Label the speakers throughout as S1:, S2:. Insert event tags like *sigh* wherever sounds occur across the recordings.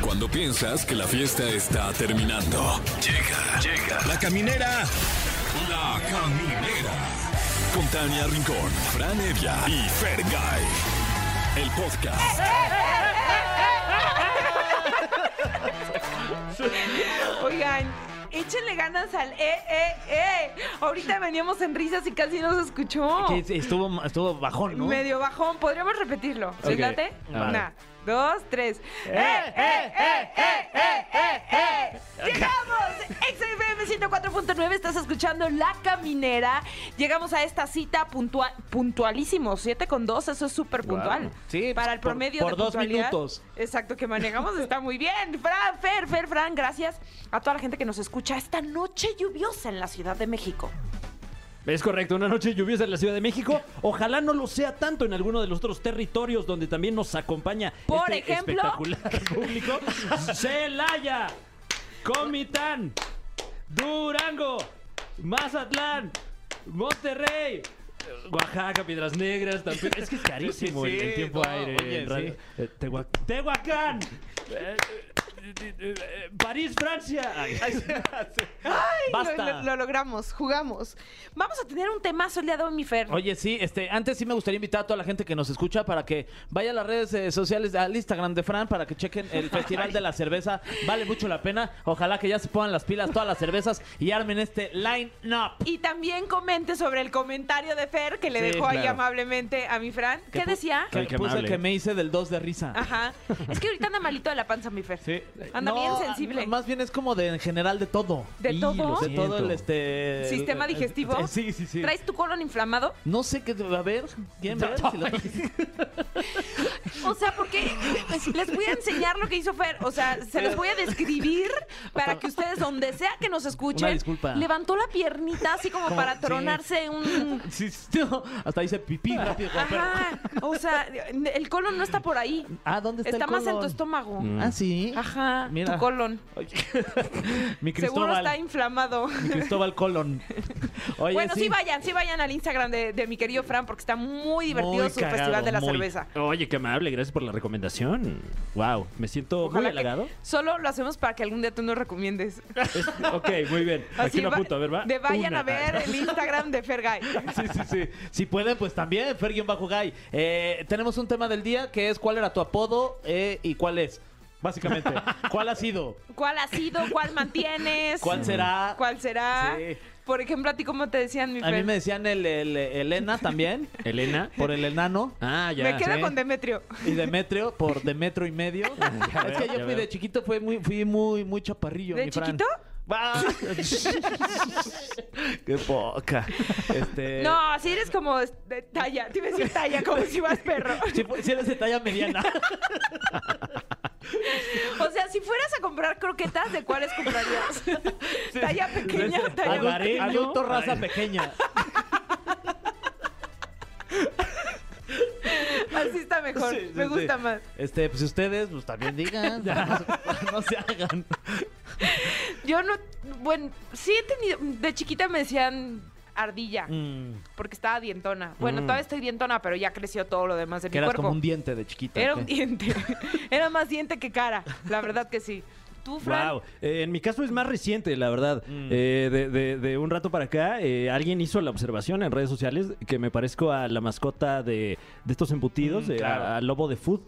S1: Cuando piensas que la fiesta está terminando. Llega, llega. La caminera. La caminera. Con Tania Rincón, Fran Evia y Fer El podcast.
S2: Oigan, échenle ganas al eh, eh, eh. Ahorita veníamos en risas y casi no se escuchó.
S3: Que es- estuvo, estuvo bajón, ¿no?
S2: Medio bajón. ¿Podríamos repetirlo?
S3: Ok.
S2: Fíjate.
S3: Vale.
S2: Una, dos, tres. ¡Eh,
S3: eh,
S2: eh, eh, eh, eh, eh, eh! ¡Llegamos! XFM 104.9, estás escuchando La Caminera. Llegamos a esta cita puntua- puntualísimo, 7 con 2, eso es súper puntual.
S3: Guau. Sí, pues,
S2: para el
S3: por-
S2: promedio
S3: por
S2: de
S3: dos
S2: puntualidad.
S3: minutos.
S2: Exacto, que manejamos está muy bien. Fran, Fer, Fer, Fran, gracias a toda la gente que nos escucha esta noche lluviosa en la Ciudad de México.
S3: Es correcto, una noche lluviosa en la Ciudad de México. Ojalá no lo sea tanto en alguno de los otros territorios donde también nos acompaña
S2: Por
S3: este
S2: ejemplo. *laughs*
S3: espectacular público. Celaya, Comitán, Durango, Mazatlán, Monterrey. Oaxaca, Piedras Negras, Tampico. Es que es carísimo el, el tiempo
S4: no,
S3: aire.
S4: oye,
S3: en radio.
S4: sí.
S3: Eh, Tehua- Tehuacán, eh, eh, eh, eh, París, Francia.
S4: *laughs*
S3: Ay,
S2: Ay,
S3: Basta.
S2: Lo, lo- lo logramos, jugamos. Vamos a tener un temazo el día de hoy, mi Fer.
S5: Oye, sí, este, antes sí me gustaría invitar a toda la gente que nos escucha para que vaya a las redes eh, sociales, al Instagram de Fran, para que chequen
S2: *laughs*
S5: el Festival de la Cerveza. Vale mucho la pena. Ojalá que ya se pongan las pilas todas las cervezas y armen este line up.
S2: Y también comente sobre el comentario de Fer que le
S3: Sí,
S2: dejó ahí
S3: claro.
S2: amablemente a mi Fran. ¿Qué decía?
S5: Que
S3: que
S5: puse
S3: amable.
S5: que me hice del 2 de risa.
S2: Ajá. Es que ahorita anda malito de la panza, mi Fer.
S5: Sí.
S2: Anda
S5: No,
S2: bien sensible.
S5: ah, Más bien es como de en general de todo.
S2: ¿De
S3: y
S2: todo?
S3: los
S5: De todo el
S3: Siento.
S5: este.
S2: ¿Sistema
S5: el- el-
S2: digestivo?
S5: eh, Sí, sí, sí.
S2: ¿Traes tu colon inflamado?
S5: No sé qué. A ver, ¿quién ve? Si lo- *laughs*
S2: O sea, porque les voy a enseñar lo que hizo Fer. O sea, se los voy a describir para que ustedes, donde sea que nos escuchen,
S5: Una disculpa.
S2: levantó la piernita así como para
S5: sí.
S2: tronarse un,
S5: Sí, sí, no, hasta hice pipí
S2: Ah.
S5: rápido. como perro.
S2: Ajá. O sea, el colon no está por ahí.
S5: Ah, ¿dónde está,
S2: Está
S5: el
S2: más en tu
S5: colon?
S2: estómago.
S5: Ah, sí.
S2: Ajá.
S5: Mira.
S2: Tu colon.
S5: *laughs*
S2: Seguro
S5: Mi Cristóbal.
S2: está inflamado.
S5: mi
S2: *laughs*
S5: Cristóbal Colón. Oye,
S2: bueno, sí. vayan, sí vayan al Instagram de, de mi querido Fran porque está muy divertido
S5: Muy
S2: su
S5: cagado,
S2: festival de la
S5: muy.
S2: cerveza.
S3: Oye, qué amable, gracias por la recomendación. Wow, me siento
S2: Ojalá
S3: muy
S2: que- *laughs*
S3: halagado.
S2: Solo lo hacemos para que algún día tú nos
S5: *laughs*
S2: recomiendes.
S3: Es- ok, muy bien. Aquí
S2: Así
S3: lo
S2: va-
S3: apunto, a ver, va.
S2: De vayan
S3: Una.
S2: a ver el Instagram de Fergay.
S5: Sí, sí, sí. Si pueden, pues también, Fergien Bajo Guy. Eh, tenemos un tema del día que es cuál era tu apodo eh, y cuál es, básicamente. ¿Cuál ha sido?
S2: ¿Cuál ha sido? ¿Cuál mantienes?
S5: ¿Cuál será?
S2: ¿Cuál será?
S5: Sí.
S2: Por ejemplo, a ti, ¿cómo te decían, mi
S5: A mí
S2: Fer?
S5: me decían el, el- Elena también,
S2: *laughs*
S3: Elena.
S5: por el enano.
S3: Ah, ya.
S2: Me quedo
S5: sí.
S2: con Demetrio.
S5: Y Demetrio por Demetrio
S2: *laughs*
S5: y medio.
S3: Ya
S5: es
S3: veo,
S5: que yo
S3: ya
S5: fui
S3: veo.
S5: de chiquito, fui muy, fui muy, muy chaparrillo.
S2: ¿De
S5: mi Fran. *laughs*
S2: chiquito?
S5: Ah. Qué poca. Este,
S2: No, si eres como de talla, te iba a decir talla, como si vas perro.
S5: Si, fu- si eres de talla mediana.
S2: O sea, si fueras a comprar croquetas, ¿de cuáles comprarías? ¿Talla pequeña o *laughs* talla grande?
S3: Alvareño.
S5: Adulto raza pequeña.
S2: Así está mejor,
S5: Sí, sí,
S2: me
S5: sí.
S2: gusta más.
S5: Este, pues ustedes, pues
S2: *laughs*
S5: también digan. *laughs* No, se hagan.
S2: Yo no, bueno, sí he tenido, de chiquita me decían ardilla,
S5: Mm,
S2: porque estaba dientona.
S3: Mm.
S2: Bueno, todavía estoy dientona, pero ya creció todo lo demás de
S5: que
S2: mi
S5: eras
S2: cuerpo.
S5: como un diente de chiquita.
S2: Era
S5: ¿ok?
S2: un diente, *laughs* era más diente que cara, la verdad que sí. Tú, Fran,
S3: Wow. Eh, en mi caso es más reciente, la verdad.
S5: Mm.
S3: Eh, de, de- de un rato para acá, eh, alguien hizo la observación en redes sociales que me parezco a la mascota de, de estos embutidos,
S5: Mm,
S3: eh,
S5: claro.
S3: a- al lobo de food.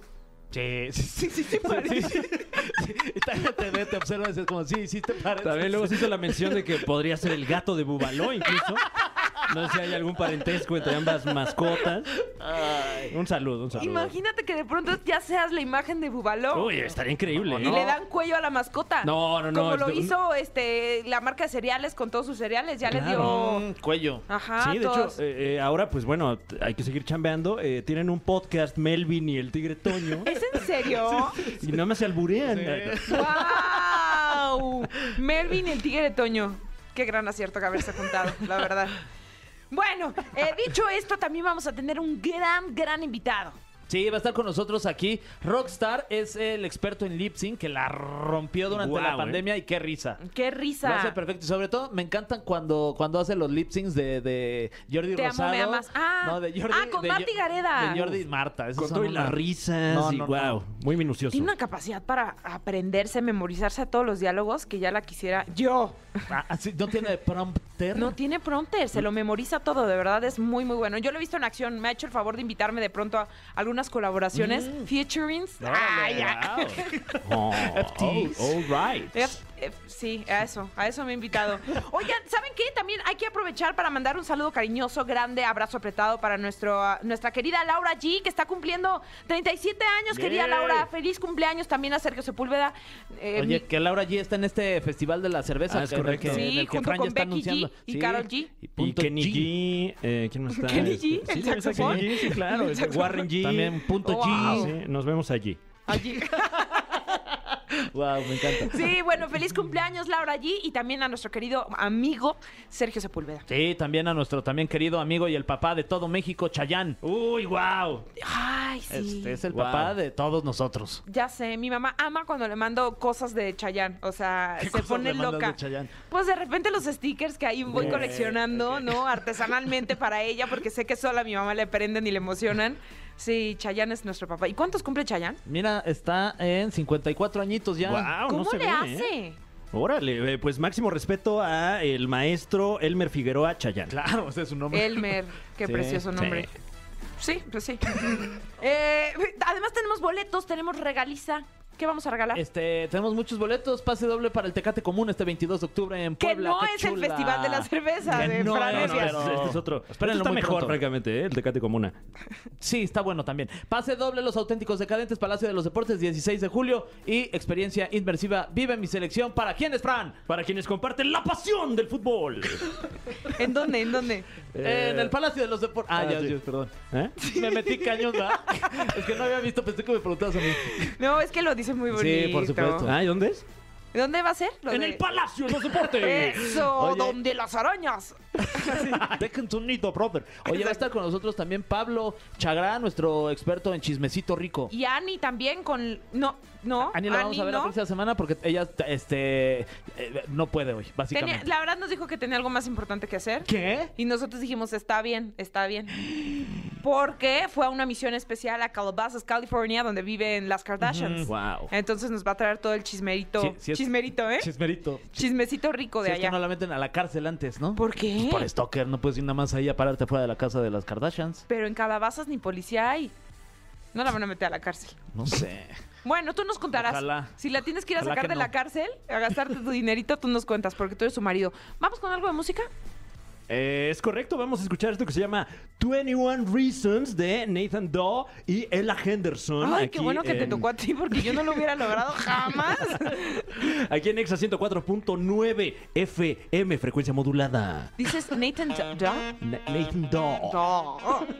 S5: Sí, sí, sí, sí, sí, parece. Y también te ve, te observa y dices como, sí, sí te parece.
S3: También luego se hizo la mención *laughs* de que podría ser el gato de Bubaló incluso. No sé si hay algún parentesco entre ambas mascotas. Un saludo, un saludo.
S2: imagínate que de pronto ya seas la imagen de Bubaló.
S3: Uy, estaría increíble. ¿eh?
S2: Y le dan cuello a la mascota.
S3: No, no, no,
S2: Como
S3: es
S2: lo
S3: de un-
S2: hizo este, la marca de cereales con todos sus cereales. Ya les
S3: Claro.
S2: dio.
S5: Mm, cuello.
S2: Ajá.
S3: sí, de hecho,
S2: todos.
S3: eh, eh, ahora pues bueno, t- hay que seguir chambeando. Eh, tienen un podcast, Melvin y el
S2: *laughs*
S3: Tigre Toño.
S2: ¿Es en
S3: *laughs*
S2: serio?
S3: y nada más se alburean.
S2: ¡Wow! Melvin y el tigre de Toño. Qué gran acierto que haberse juntado, la verdad. Bueno, eh, dicho esto, también vamos a tener un gran, gran invitado.
S5: Sí, va a estar con nosotros aquí. Rockstar es el experto en lip sync que la rompió durante
S3: Guau,
S5: la
S3: ¿eh?
S5: pandemia y qué risa.
S2: ¡Qué
S5: Lo hace
S2: risa!
S5: perfecto. Y sobre todo, me encantan cuando, cuando hace los lip syncs de, de Jordi
S2: Te amo,
S5: Rosado.
S2: me amas. Ah,
S5: no, de Jordi,
S2: ah, con
S5: de
S2: Marta
S5: Jo-
S2: Gareda.
S5: De Jordi y Marta. Esos
S3: Con
S5: son
S3: todo y
S5: una-
S3: las risas
S5: No,
S3: y
S5: no,
S3: wow,
S5: no.
S3: muy minucioso.
S2: Tiene una capacidad para aprenderse, memorizarse a todos los diálogos que ya la quisiera
S3: Oh.
S2: yo.
S5: Ah, ah, sí, no tiene prompter.
S2: No tiene prompter, se lo memoriza todo, de verdad es muy muy bueno. Yo lo he visto en acción, me ha hecho el favor de invitarme de pronto a algunas colaboraciones, featurings. Ay, ya. *laughs*
S3: Oh,
S5: FTs.
S3: oh, all right.
S2: F- F- eh, sí, a eso, a eso me he
S5: *laughs*
S2: invitado. Oigan, ¿saben qué? También hay que aprovechar para mandar un saludo cariñoso, grande, abrazo apretado para nuestro, ah, nuestra querida Laura G, que está cumpliendo 37 años. Querida
S3: Yay.
S2: Laura, feliz cumpleaños también a Sergio Sepúlveda. Eh,
S5: Oye, que Laura G está en este festival de la cerveza.
S3: Ah, es
S5: que- en el
S3: correcto.
S5: que- en
S2: Sí,
S5: el que
S2: junto
S5: Fran
S2: con
S5: ya está
S2: Becky G
S5: anunciando.
S2: y Karol G.
S5: Y,
S3: Y
S5: punto
S3: Kenny G,
S5: G.
S3: eh, ¿quién más está?
S2: Kenny G,
S3: Sí,
S2: el
S3: sí, Kenny
S2: saxofón.
S3: G, sí, claro.
S2: El saxofón.
S3: Warren G.
S5: También punto
S2: Wow.
S5: G.
S3: Sí, nos vemos allí.
S5: *laughs*
S2: allí.
S5: Wow, me encanta.
S2: Sí, bueno, feliz cumpleaños Laura G y también a nuestro querido amigo Sergio Sepúlveda.
S5: Sí, también a nuestro también querido amigo y el papá de todo México, Chayán.
S3: Uy, wow.
S2: Ay, sí.
S5: Este es el
S3: Wow.
S5: papá de todos nosotros.
S2: Ya sé, mi mamá ama cuando le mando cosas de Chayán, o sea,
S5: ¿Qué
S2: se
S5: cosas
S2: pone
S5: le mandas
S2: loca.
S5: de Chayanne?
S2: pues de repente los stickers que ahí
S5: Eh,
S2: voy
S3: Ok,
S2: coleccionando, ¿no? Artesanalmente para ella, porque sé que sola a mi mamá le prenden y le emocionan. Sí, Chayán es nuestro papá. ¿Y cuántos cumple Chayán?
S5: Mira, está en 54 añitos ya.
S3: Guau, no
S2: ¿Cómo
S3: se
S2: le
S3: ve,
S2: hace?
S3: ¿eh? Órale, eh, pues máximo respeto a el maestro Elmer Figueroa Chayán.
S5: Claro, ese es su nombre. *laughs*
S2: Elmer, qué
S5: Sí,
S2: precioso nombre. Sí, pues sí. *laughs* Eh, además tenemos boletos, tenemos regaliza. ¿Qué vamos a regalar?
S5: Este, tenemos muchos boletos, pase doble para el Tecate Común este 22 de octubre en
S2: Que
S5: Puebla.
S2: no
S5: ¡qué
S2: es el
S5: chula!
S2: Festival de la Cerveza
S5: Que
S2: de Fran
S5: es,
S2: Evia.
S5: pero-
S3: este, este es otro. Este
S5: Espérenlo
S3: está
S5: muy
S3: mejor,
S5: pronto.
S3: francamente, ¿eh? el Tecate Comuna.
S5: Sí, está bueno también. Pase doble los auténticos decadentes Palacio de los Deportes 16 de julio y experiencia inmersiva Vive mi selección para quién es Fran?
S3: Para quienes comparten la pasión del fútbol.
S2: ¿En dónde? ¿En dónde?
S3: Eh,
S5: En el Palacio de los Deportes. Ah,
S3: ah,
S5: ya,
S3: sí.
S5: ya, perdón.
S3: ¿Eh?
S5: Me metí cañón, ¿verdad? es que no había visto, pensé que me preguntabas a mí.
S2: No, es que lo dice muy bonito.
S5: por supuesto.
S3: Ah, ¿y dónde es?
S2: ¿Dónde va a ser? Lo
S3: En
S2: de-
S3: el Palacio de los Deportes.
S2: Eso,
S5: Oye.
S2: donde las arañas.
S5: Dejen tu nido, brother. Oye, va a estar con nosotros también Pablo Chagrá, nuestro experto en chismecito rico.
S2: Y Ani también con... No, no. ¿Ah,
S5: Ani la vamos a ver la
S2: no.
S5: próxima semana porque ella este eh, no puede hoy,
S2: Tenía-
S5: básicamente.
S2: la verdad nos dijo que tenía algo más importante que hacer.
S5: ¿Qué?
S2: Y nosotros dijimos, está bien, está bien. Porque fue a una misión especial a Calabasas, California, donde viven las Kardashians.
S3: Wow.
S2: Entonces nos va a traer todo el chismerito.
S5: Sí, sí es-
S2: chismerito, ¿eh?
S5: Chismerito.
S2: Chismecito rico de
S5: Si es
S2: allá.
S5: que no la meten a la cárcel antes, ¿no?
S2: ¿Por qué?
S5: Pues por stalker, no puedes ir nada más ahí a pararte fuera de la casa de las Kardashians.
S2: Pero en Calabazas ni policía hay. No la van a meter a la cárcel.
S5: No sé.
S2: Bueno, tú nos contarás.
S5: Ojalá.
S2: Si la tienes que ir a
S5: Ojalá
S2: sacar
S5: que
S2: de
S5: no.
S2: la cárcel, a gastarte tu dinerito, tú nos cuentas, porque tú eres su marido. ¿Vamos con algo de música?
S3: Eh, es correcto, vamos a escuchar esto que se llama 21 Reasons de Nathan Daw y Ella Henderson.
S2: Ay, qué
S3: aquí
S2: bueno que te
S3: en-
S2: tocó a ti, porque yo no lo hubiera logrado jamás.
S3: Aquí en Exa 104.9 FM, frecuencia modulada.
S2: *laughs* Dices Nathan Da- Da-
S3: Na- Nathan Daw.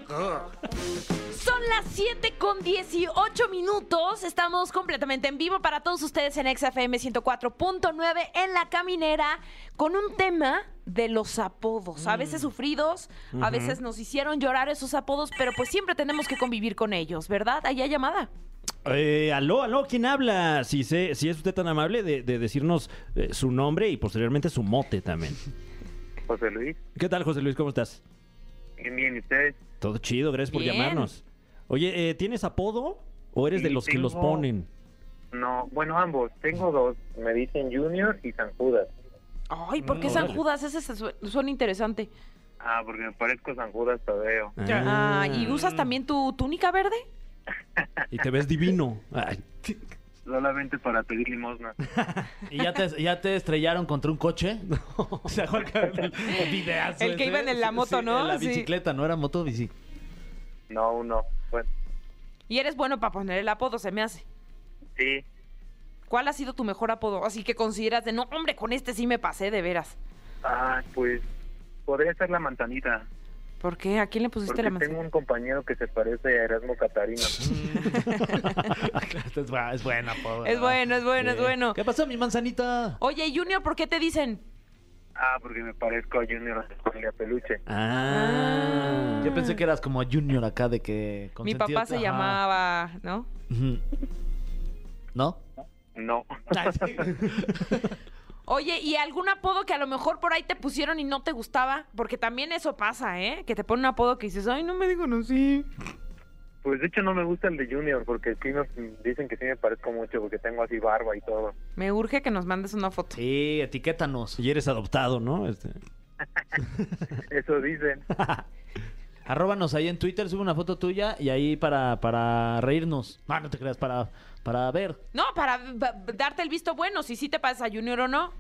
S2: Da- Son las 7 con 18 minutos. Estamos completamente en vivo para todos ustedes en XFM 104.9 en la caminera con un tema de los apodos. A veces sufridos, a veces nos hicieron llorar esos apodos, pero pues siempre tenemos que convivir con ellos, ¿verdad? Allá llamada.
S3: Eh, aló, aló, ¿quién habla? Si, se- si es usted tan amable de, de decirnos eh, su nombre y posteriormente su mote también.
S4: José Luis,
S3: ¿Qué tal, José Luis? ¿Cómo estás?
S4: bien, bien, ¿y ustedes?
S3: Todo chido, gracias por
S2: Bien.
S3: llamarnos. Oye, eh, ¿tienes apodo o eres de
S4: Sí,
S3: los que los
S4: tengo.
S3: ponen?
S4: No, bueno, ambos. Tengo dos. Me dicen Junior y San Judas.
S2: Ay, ¿por qué San Judas? Ese se su- suena interesante.
S4: Ah, porque me parezco a San Judas Tadeo.
S2: Ah, ¿Y usas también tu túnica verde?
S3: Y te ves divino. Ay.
S4: Solamente para pedir limosna.
S5: ¿Y ya te, ya te estrellaron contra un coche? *laughs* ¿Se acuerdan del videazo
S2: El que
S5: ese?
S2: iba en la
S5: Sí,
S2: moto,
S5: sí,
S2: ¿no?
S5: En la
S2: Sí.
S5: bicicleta, ¿no? Era moto *laughs* bici.
S4: No, no. Bueno,
S2: Y eres bueno para poner el apodo, se me hace.
S4: sí.
S2: ¿Cuál ha sido tu mejor apodo? Así que consideras de no, hombre, con este sí me pasé de veras.
S4: Ah, pues podría ser la manzanita.
S2: ¿Por qué? ¿A quién le pusiste
S4: Porque
S2: la manzana?
S4: tengo un compañero que se parece a Erasmo Catarino.
S5: Este es, bu- es buena, pobre.
S2: Es bueno, es bueno, es bueno.
S5: ¿Qué pasó, mi manzanita?
S2: Oye, Junior, ¿por qué te dicen?
S4: Ah, porque me parezco a Junior de a Peluche.
S3: Ah.
S5: Yo pensé que eras como Junior acá de que... con
S2: Mi
S5: sentido-
S2: papá se
S5: Ajá.
S2: llamaba, ¿no?
S5: Ujú. ¿No?
S4: No.
S2: Oye, ¿y algún apodo que a lo mejor por ahí te pusieron y no te gustaba? Porque también eso pasa, ¿eh? Que te ponen un apodo que dices, ay, no me digo no sí.
S4: Pues de hecho no me gusta el de Junior porque sí nos dicen que sí me parezco mucho porque tengo así barba y todo.
S2: Me urge que nos mandes una foto.
S5: Sí, etiquétanos.
S3: Y eres adoptado, ¿no? Este,
S4: Eso dicen.
S5: Arróbanos ahí en Twitter, sube una foto tuya y ahí para, para reírnos. Ah, no te creas, para, para ver.
S2: No, para ba- darte el visto bueno, si sí te pasa Junior o no.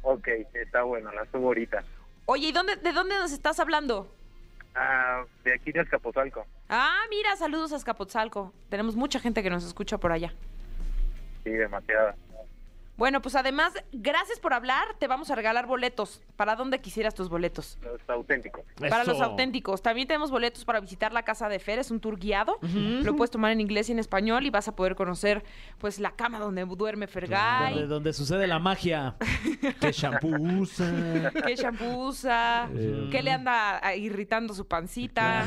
S4: Ok, está bueno, la subo ahorita.
S2: Oye, ¿y dónde, de dónde nos estás hablando?
S4: Ah, de aquí de Azcapotzalco.
S2: Ah, mira, saludos a Escapotzalco. Tenemos mucha gente que nos escucha por allá.
S4: Sí, demasiada.
S2: Bueno, pues además, gracias por hablar. Te vamos a regalar boletos. ¿Para dónde quisieras tus boletos?
S4: Está auténtico.
S2: Para
S3: Eso.
S2: los auténticos. También tenemos boletos para visitar la casa de Fer, es un tour guiado. Lo puedes tomar en inglés y en español y vas a poder conocer pues la cama donde duerme
S5: Donde,
S2: Fergay,
S5: donde sucede la magia.
S3: ¿Qué shampoo usa?
S2: qué shampoo usa,
S3: Eh.
S2: qué le anda ah, irritando su pancita.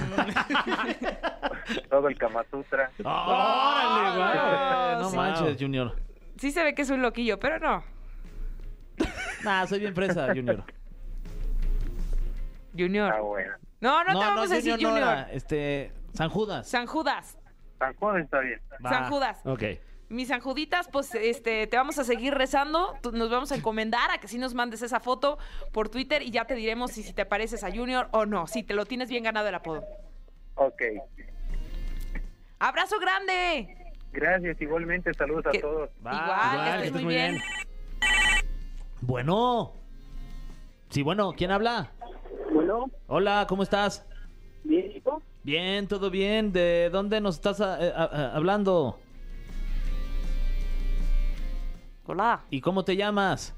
S4: Todo el Kama Sutra.
S3: ¡Órale,
S2: Ah,
S5: *laughs* no
S2: sí.
S5: manches, Junior.
S2: Sí se ve que es un loquillo, pero no.
S5: Nah, soy bien fresa, *laughs* Junior.
S4: Está
S2: Junior.
S4: Ah, bueno.
S2: No, no, te vamos a decir
S5: no
S2: Junior.
S5: era, este, San Judas.
S2: San Judas.
S4: San Juan está bien.
S5: Va.
S2: San Judas.
S3: Ok.
S2: Mis sanjuditas, pues este, te vamos a seguir rezando, tú- nos vamos a encomendar a que sí nos mandes esa foto por Twitter y ya te diremos si, si te pareces a Junior o no, si te lo tienes bien ganado el apodo.
S4: Ok.
S2: ¡Abrazo grande!
S4: Gracias, igualmente. Saludos a
S2: Que-
S4: todos.
S5: Va,
S2: igual, que estés muy bien.
S5: Bueno. Sí, bueno, ¿quién habla?
S6: Bueno,
S5: Hola, ¿cómo estás?
S6: bien, chico.
S5: Bien, todo bien. ¿De dónde nos estás ah, eh, ah, ah, hablando?
S2: Hola.
S5: ¿Y cómo te llamas?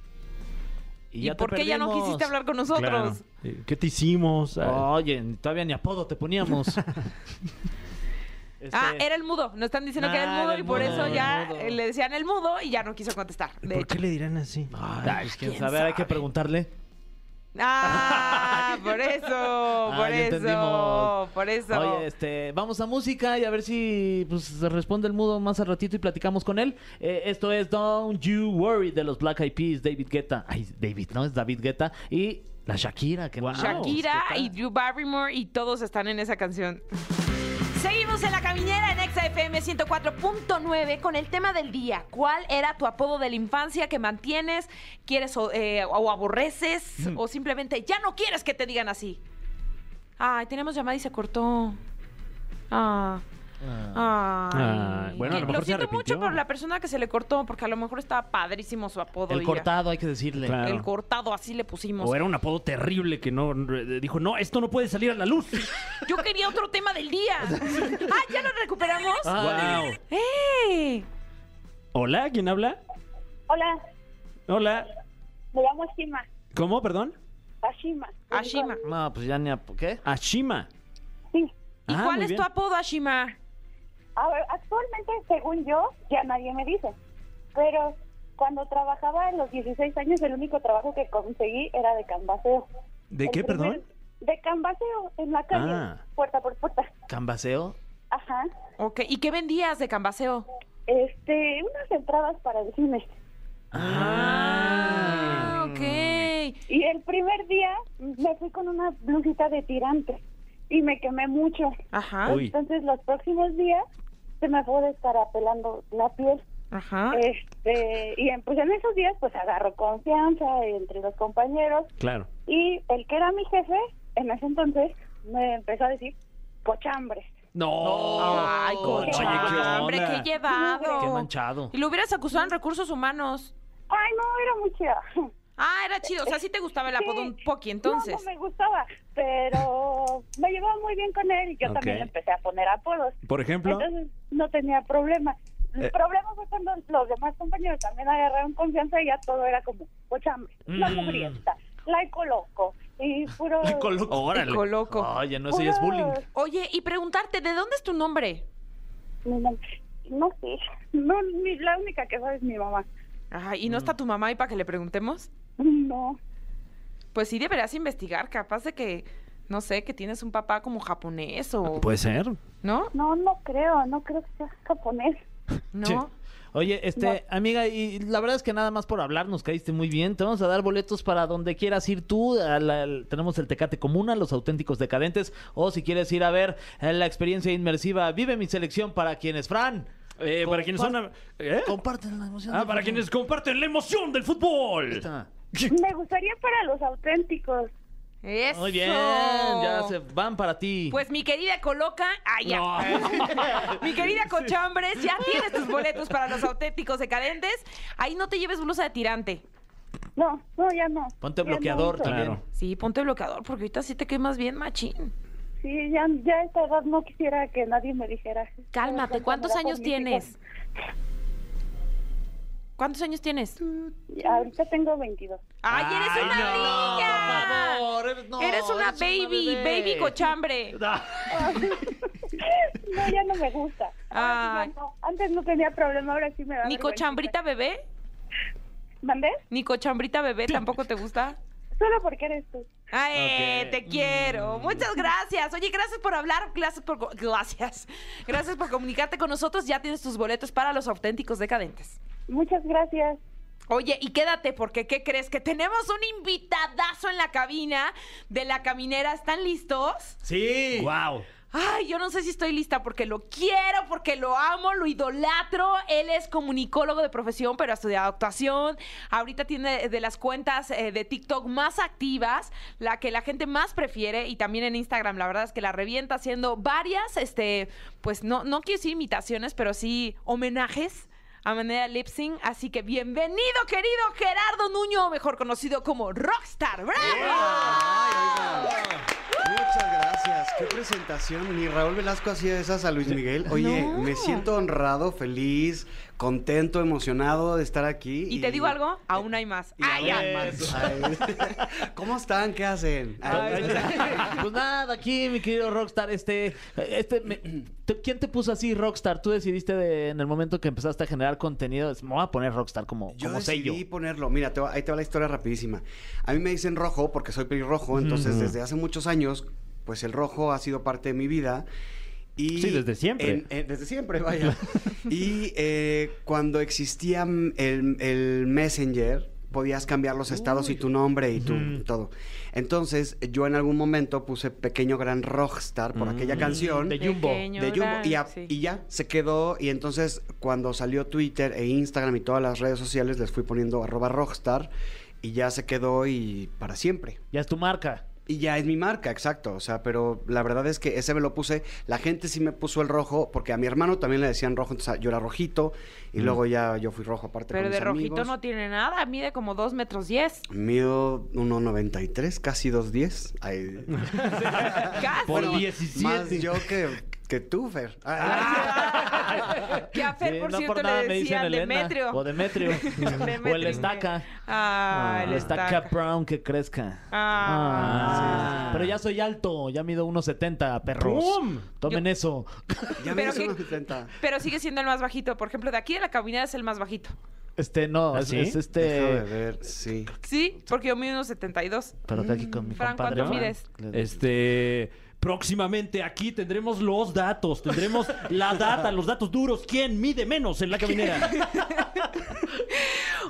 S2: ¿Y,
S5: ya te
S2: por qué ya no
S5: perdimos.
S2: quisiste hablar con nosotros?
S3: Claro. ¿Qué te hicimos? Ah,
S5: Oye, todavía ni apodo te poníamos. Este,
S2: Ah, era el mudo. Nos están diciendo que era
S5: Ah,
S2: el mudo
S5: era
S2: y
S5: el
S2: por
S5: mudo,
S2: eso
S5: era el
S2: ya
S5: mudo.
S2: eh, le decían el mudo y ya no quiso contestar. Oh, De
S3: ¿Por
S2: hecho. Ah,
S3: qué le dirán así?
S5: ay, pues, quién
S2: ¿quién
S5: sabe, hay que
S2: sabe?
S5: preguntarle. *laughs*
S2: Ah, por eso,
S5: Ah,
S2: por
S5: ya
S2: eso,
S5: entendimos.
S2: por eso.
S5: Oye, este, vamos a música y a ver si pues, se responde el mudo más al ratito y platicamos con él. Eh, esto es Don't You Worry de los Black Eyed Peas, David Guetta. Ay, David, no, es David Guetta. Y la Shakira, que no-
S2: Shakira
S5: ¿qué tal?
S2: y Drew Barrymore y todos están en esa canción. Seguimos en la caminera en Exa FM 104.9 con el tema del día. ¿Cuál era tu apodo de la infancia que mantienes, quieres o, eh, o aborreces o simplemente ya no quieres que te digan así? Ay, tenemos llamada y se cortó. Ah.
S3: Ah,
S2: Ay.
S3: bueno, a lo
S2: Que-
S3: mejor se
S2: siento
S3: arrepintió.
S2: mucho por la persona que se le cortó, porque a lo mejor estaba padrísimo su apodo. y
S5: El
S2: ya.
S5: cortado, hay que decirle.
S3: Claro.
S2: El cortado, así le pusimos.
S3: O era un apodo terrible que no dijo, no, esto no puede salir a
S2: *laughs*
S3: la luz.
S2: Yo quería otro tema del día.
S3: *laughs*
S2: Ah, ¿ya lo recuperamos?
S3: Ah. Guau.
S2: ¡Eh!
S3: Hola, ¿quién habla?
S6: Hola,
S3: Hola.
S6: me llamo Ashima.
S3: ¿Cómo, perdón?
S6: Ashima.
S2: Ashima.
S5: No, pues ya ni a... ¿Qué?
S3: Ashima.
S6: Sí.
S2: ¿Y
S3: Ah,
S2: cuál
S3: muy
S2: es tu
S3: bien.
S2: apodo, Ashima?
S6: A ver, actualmente, según yo, ya nadie me dice. Pero cuando trabajaba a los 16 años, el único trabajo que conseguí era de cambaseo.
S3: ¿De
S6: El
S3: qué,
S6: primer-
S3: perdón?
S6: De cambaseo, en la calle,
S3: Ah.
S6: puerta por puerta.
S5: ¿Cambaseo?
S6: Ajá.
S2: Ok, ¿y qué vendías de cambaseo?
S6: Este, unas entradas para el cine.
S2: Ah, ok.
S6: Y el primer día me fui con una blusita de tirante y me quemé mucho.
S2: Ajá,
S3: Uy.
S6: Entonces, los próximos días se me fue descarapelando la piel.
S2: ajá.
S6: Este, y en, pues en esos días pues agarro confianza entre los compañeros
S3: Claro.
S6: y el que era mi jefe en ese entonces me empezó a decir cochambres.
S3: No.
S2: Ay,
S5: Oye,
S2: coche,
S5: ¿qué
S2: hombre,
S5: onda?
S2: Oh, qué llevado.
S5: Qué manchado.
S2: Y lo hubieras acusado en recursos humanos.
S6: Ay, no, era muy chida.
S2: *laughs* Ah, era chido. O sea, sí te gustaba el apodo
S6: Sí.
S2: un poqui,
S6: No,
S2: entonces.
S6: no me gustaba, pero me llevaba muy bien con él y yo
S3: Ok.
S6: también empecé a poner apodos.
S3: Por ejemplo. Eh.
S6: Entonces no tenía problema. El problema fue cuando los demás compañeros también agarraron confianza y ya todo era como cochambres, la
S3: Mm.
S6: mugrienta, la coloco y puro...
S5: Órale.
S2: Coloco.
S5: Oye, no, eso ya es bullying.
S6: Puros-
S2: Oye, y preguntarte, ¿de dónde es tu nombre?
S6: mi mam- No sé. No, mi- la única que sabe es mi mamá.
S3: Mm.
S2: Ajá, ¿y no está tu mamá ahí para que le preguntemos?
S6: No.
S2: pues sí deberás investigar, capaz de que, no sé, que tienes un papá como japonés o...
S3: Puede ser.
S2: ¿No?
S6: No, no creo, no creo que sea japonés. *laughs*
S2: ¿No?
S5: Sí. Oye, este, amiga, y la verdad es que nada más por hablar nos caíste muy bien. Te vamos a dar boletos para donde quieras ir tú. a la- al- tenemos el Tecate Comuna, los auténticos decadentes. O si quieres ir a ver eh, la experiencia inmersiva, vive mi selección para quienes, Fran.
S3: Eh, para quienes son.
S5: Compar-
S3: ¿Eh?
S5: Comparten la emoción.
S3: Ah,
S5: del
S3: para
S5: fútbol.
S3: quienes comparten la emoción del fútbol.
S5: Está.
S6: Me gustaría para los auténticos.
S2: ¡Eso!
S5: Muy bien, ya se van para ti.
S2: Pues mi querida Coloca, ah, ya. *laughs* Mi querida Cochambres, ya tienes tus boletos para los auténticos decadentes. Ahí no te lleves blusa de tirante.
S6: No, no, ya no.
S5: Ponte
S6: Ya no
S5: bloqueador
S6: uso.
S5: también.
S3: Claro.
S2: Sí, ponte bloqueador porque ahorita sí te quemas bien, machín.
S6: Sí, ya, ya a esta edad no quisiera que nadie me dijera.
S2: Cálmate, ¿cuántos
S6: Trabajo
S2: años
S6: en mi
S2: tienes? ¿Cuántos años tienes?
S6: casa. Ahorita tengo 22.
S2: ¡Ay, eres una
S5: no,
S2: niña!
S5: por favor, eres- no,
S2: eres una
S5: eres una
S2: baby,
S5: bebé.
S2: baby
S5: *laughs*
S2: cochambre.
S6: *laughs* No, ya no me gusta. Ahora sí ya
S2: Ay.
S6: no. Antes no tenía problema, ahora sí me da
S2: ¿Ni
S6: vergüenza.
S2: cochambrita bebé?
S6: ¿Mandé?
S2: ¿Ni cochambrita bebé tampoco te gusta?
S6: Solo porque eres tú.
S2: Ay,
S5: Ok.
S2: te quiero.
S5: Mm.
S2: Muchas gracias. Oye, gracias por hablar, gracias por co- gracias. Gracias por comunicarte con nosotros. Ya tienes tus boletos para los auténticos decadentes.
S6: Muchas gracias.
S2: Oye, y quédate porque ¿qué crees? Que tenemos un invitadazo en la cabina de la caminera. ¿Están listos?
S5: Sí.
S3: ¡Wow!
S2: Ay, yo no sé si estoy lista porque lo quiero, porque lo amo, lo idolatro. Él es comunicólogo de profesión, pero ha estudiado actuación. Ahorita tiene de las cuentas eh, de TikTok más activas, la que la gente más prefiere y también en Instagram. La verdad es que la revienta haciendo varias, este, pues no, no quiero decir imitaciones, pero sí homenajes. A manera lip sync, así que bienvenido, querido Gerardo Nuño, mejor conocido como Rockstar. ¡Bravo!
S7: Ay, oiga. Muchas gracias. Qué presentación. Ni Raúl Velasco hacía esas a Luis Miguel. Oye,
S2: No.
S7: me siento honrado, feliz, contento, emocionado de estar aquí.
S2: Y te digo algo, Ah, aún hay más.
S7: y
S2: ¡Ay,
S7: aún
S2: ay!
S7: más. Ay. *laughs* ¿Cómo están? ¿Qué hacen? Ay,
S5: *laughs* Pues nada, aquí mi querido Rockstar, este, este, me- *clears throat* te- ¿quién te puso así Rockstar? Tú decidiste de- en el momento que empezaste a generar contenido, es, me voy a poner Rockstar como,
S7: Yo
S5: como
S7: decidí
S5: sello.
S7: ponerlo. Mira, te va- ahí te va la historia rapidísima. A mí me dicen rojo porque soy pelirrojo, entonces desde hace muchos años, pues el rojo ha sido parte de mi vida. Y
S3: Sí, desde siempre.
S7: en- en- desde siempre,
S5: *laughs*
S7: vaya. y eh, cuando existía mm, el, el Messenger, podías cambiar los estados y tu nombre y tu todo. Entonces, yo en algún momento puse Pequeño Gran Rockstar por aquella canción.
S5: Mm, De Jumbo.
S2: Pequeño
S7: De Jumbo.
S2: gran,
S7: Y, a-
S2: sí.
S7: y ya, se quedó. Y entonces, cuando salió Twitter e Instagram y todas las redes sociales, les fui poniendo arroba rockstar. Y ya se quedó y para siempre.
S5: Ya es tu marca.
S7: Y ya es mi marca, exacto. O sea, pero la verdad es que ese me lo puse. La gente sí me puso el rojo, porque a mi hermano también le decían rojo. Entonces yo era rojito. Y luego ya yo fui rojo aparte.
S2: Mm. Pero
S7: con
S2: de
S7: mis
S2: rojito
S7: amigos.
S2: no tiene nada, mide como 2 metros 10.
S7: Mido 1.93, casi 2.10. Ay.
S2: *laughs* Casi. *laughs*
S3: Por
S7: Bueno,
S3: 17.
S7: Más yo que, que tú, Fer. Ah, Ay.
S2: *laughs* Ah, que a Fer,
S5: Sí,
S2: por
S5: no
S2: cierto,
S5: por nada
S2: le
S5: me dicen
S2: decían
S5: Elena,
S2: Demetrio. *laughs*
S5: O Demetrio.
S2: Demetrio.
S5: O el Estaca.
S2: Ah,
S5: el
S2: el
S5: Estaca.
S2: estaca.
S5: Brown que crezca.
S2: Ah.
S5: Ah. Pero ya soy alto, ya mido 1.70, perros.
S3: ¡Pum!
S5: Tomen eso.
S7: Ya me
S2: Pero
S7: hizo
S2: qué-
S7: 1.70.
S2: Pero sigue siendo el más bajito. Por ejemplo, de aquí de la cabina es el más bajito.
S5: Este, no,
S3: ¿Ah,
S5: es,
S3: sí?
S5: es
S7: Déjame
S5: este...
S7: ver, sí.
S2: Sí, porque yo mido unos 72.
S5: Pero está aquí con mi
S2: Fran,
S5: compadre.
S2: ¿cuánto
S5: Fran.
S2: mides?
S3: Este. Próximamente aquí tendremos los datos, tendremos la data, los datos duros. ¿Quién mide menos en la
S5: *laughs*
S3: caminera?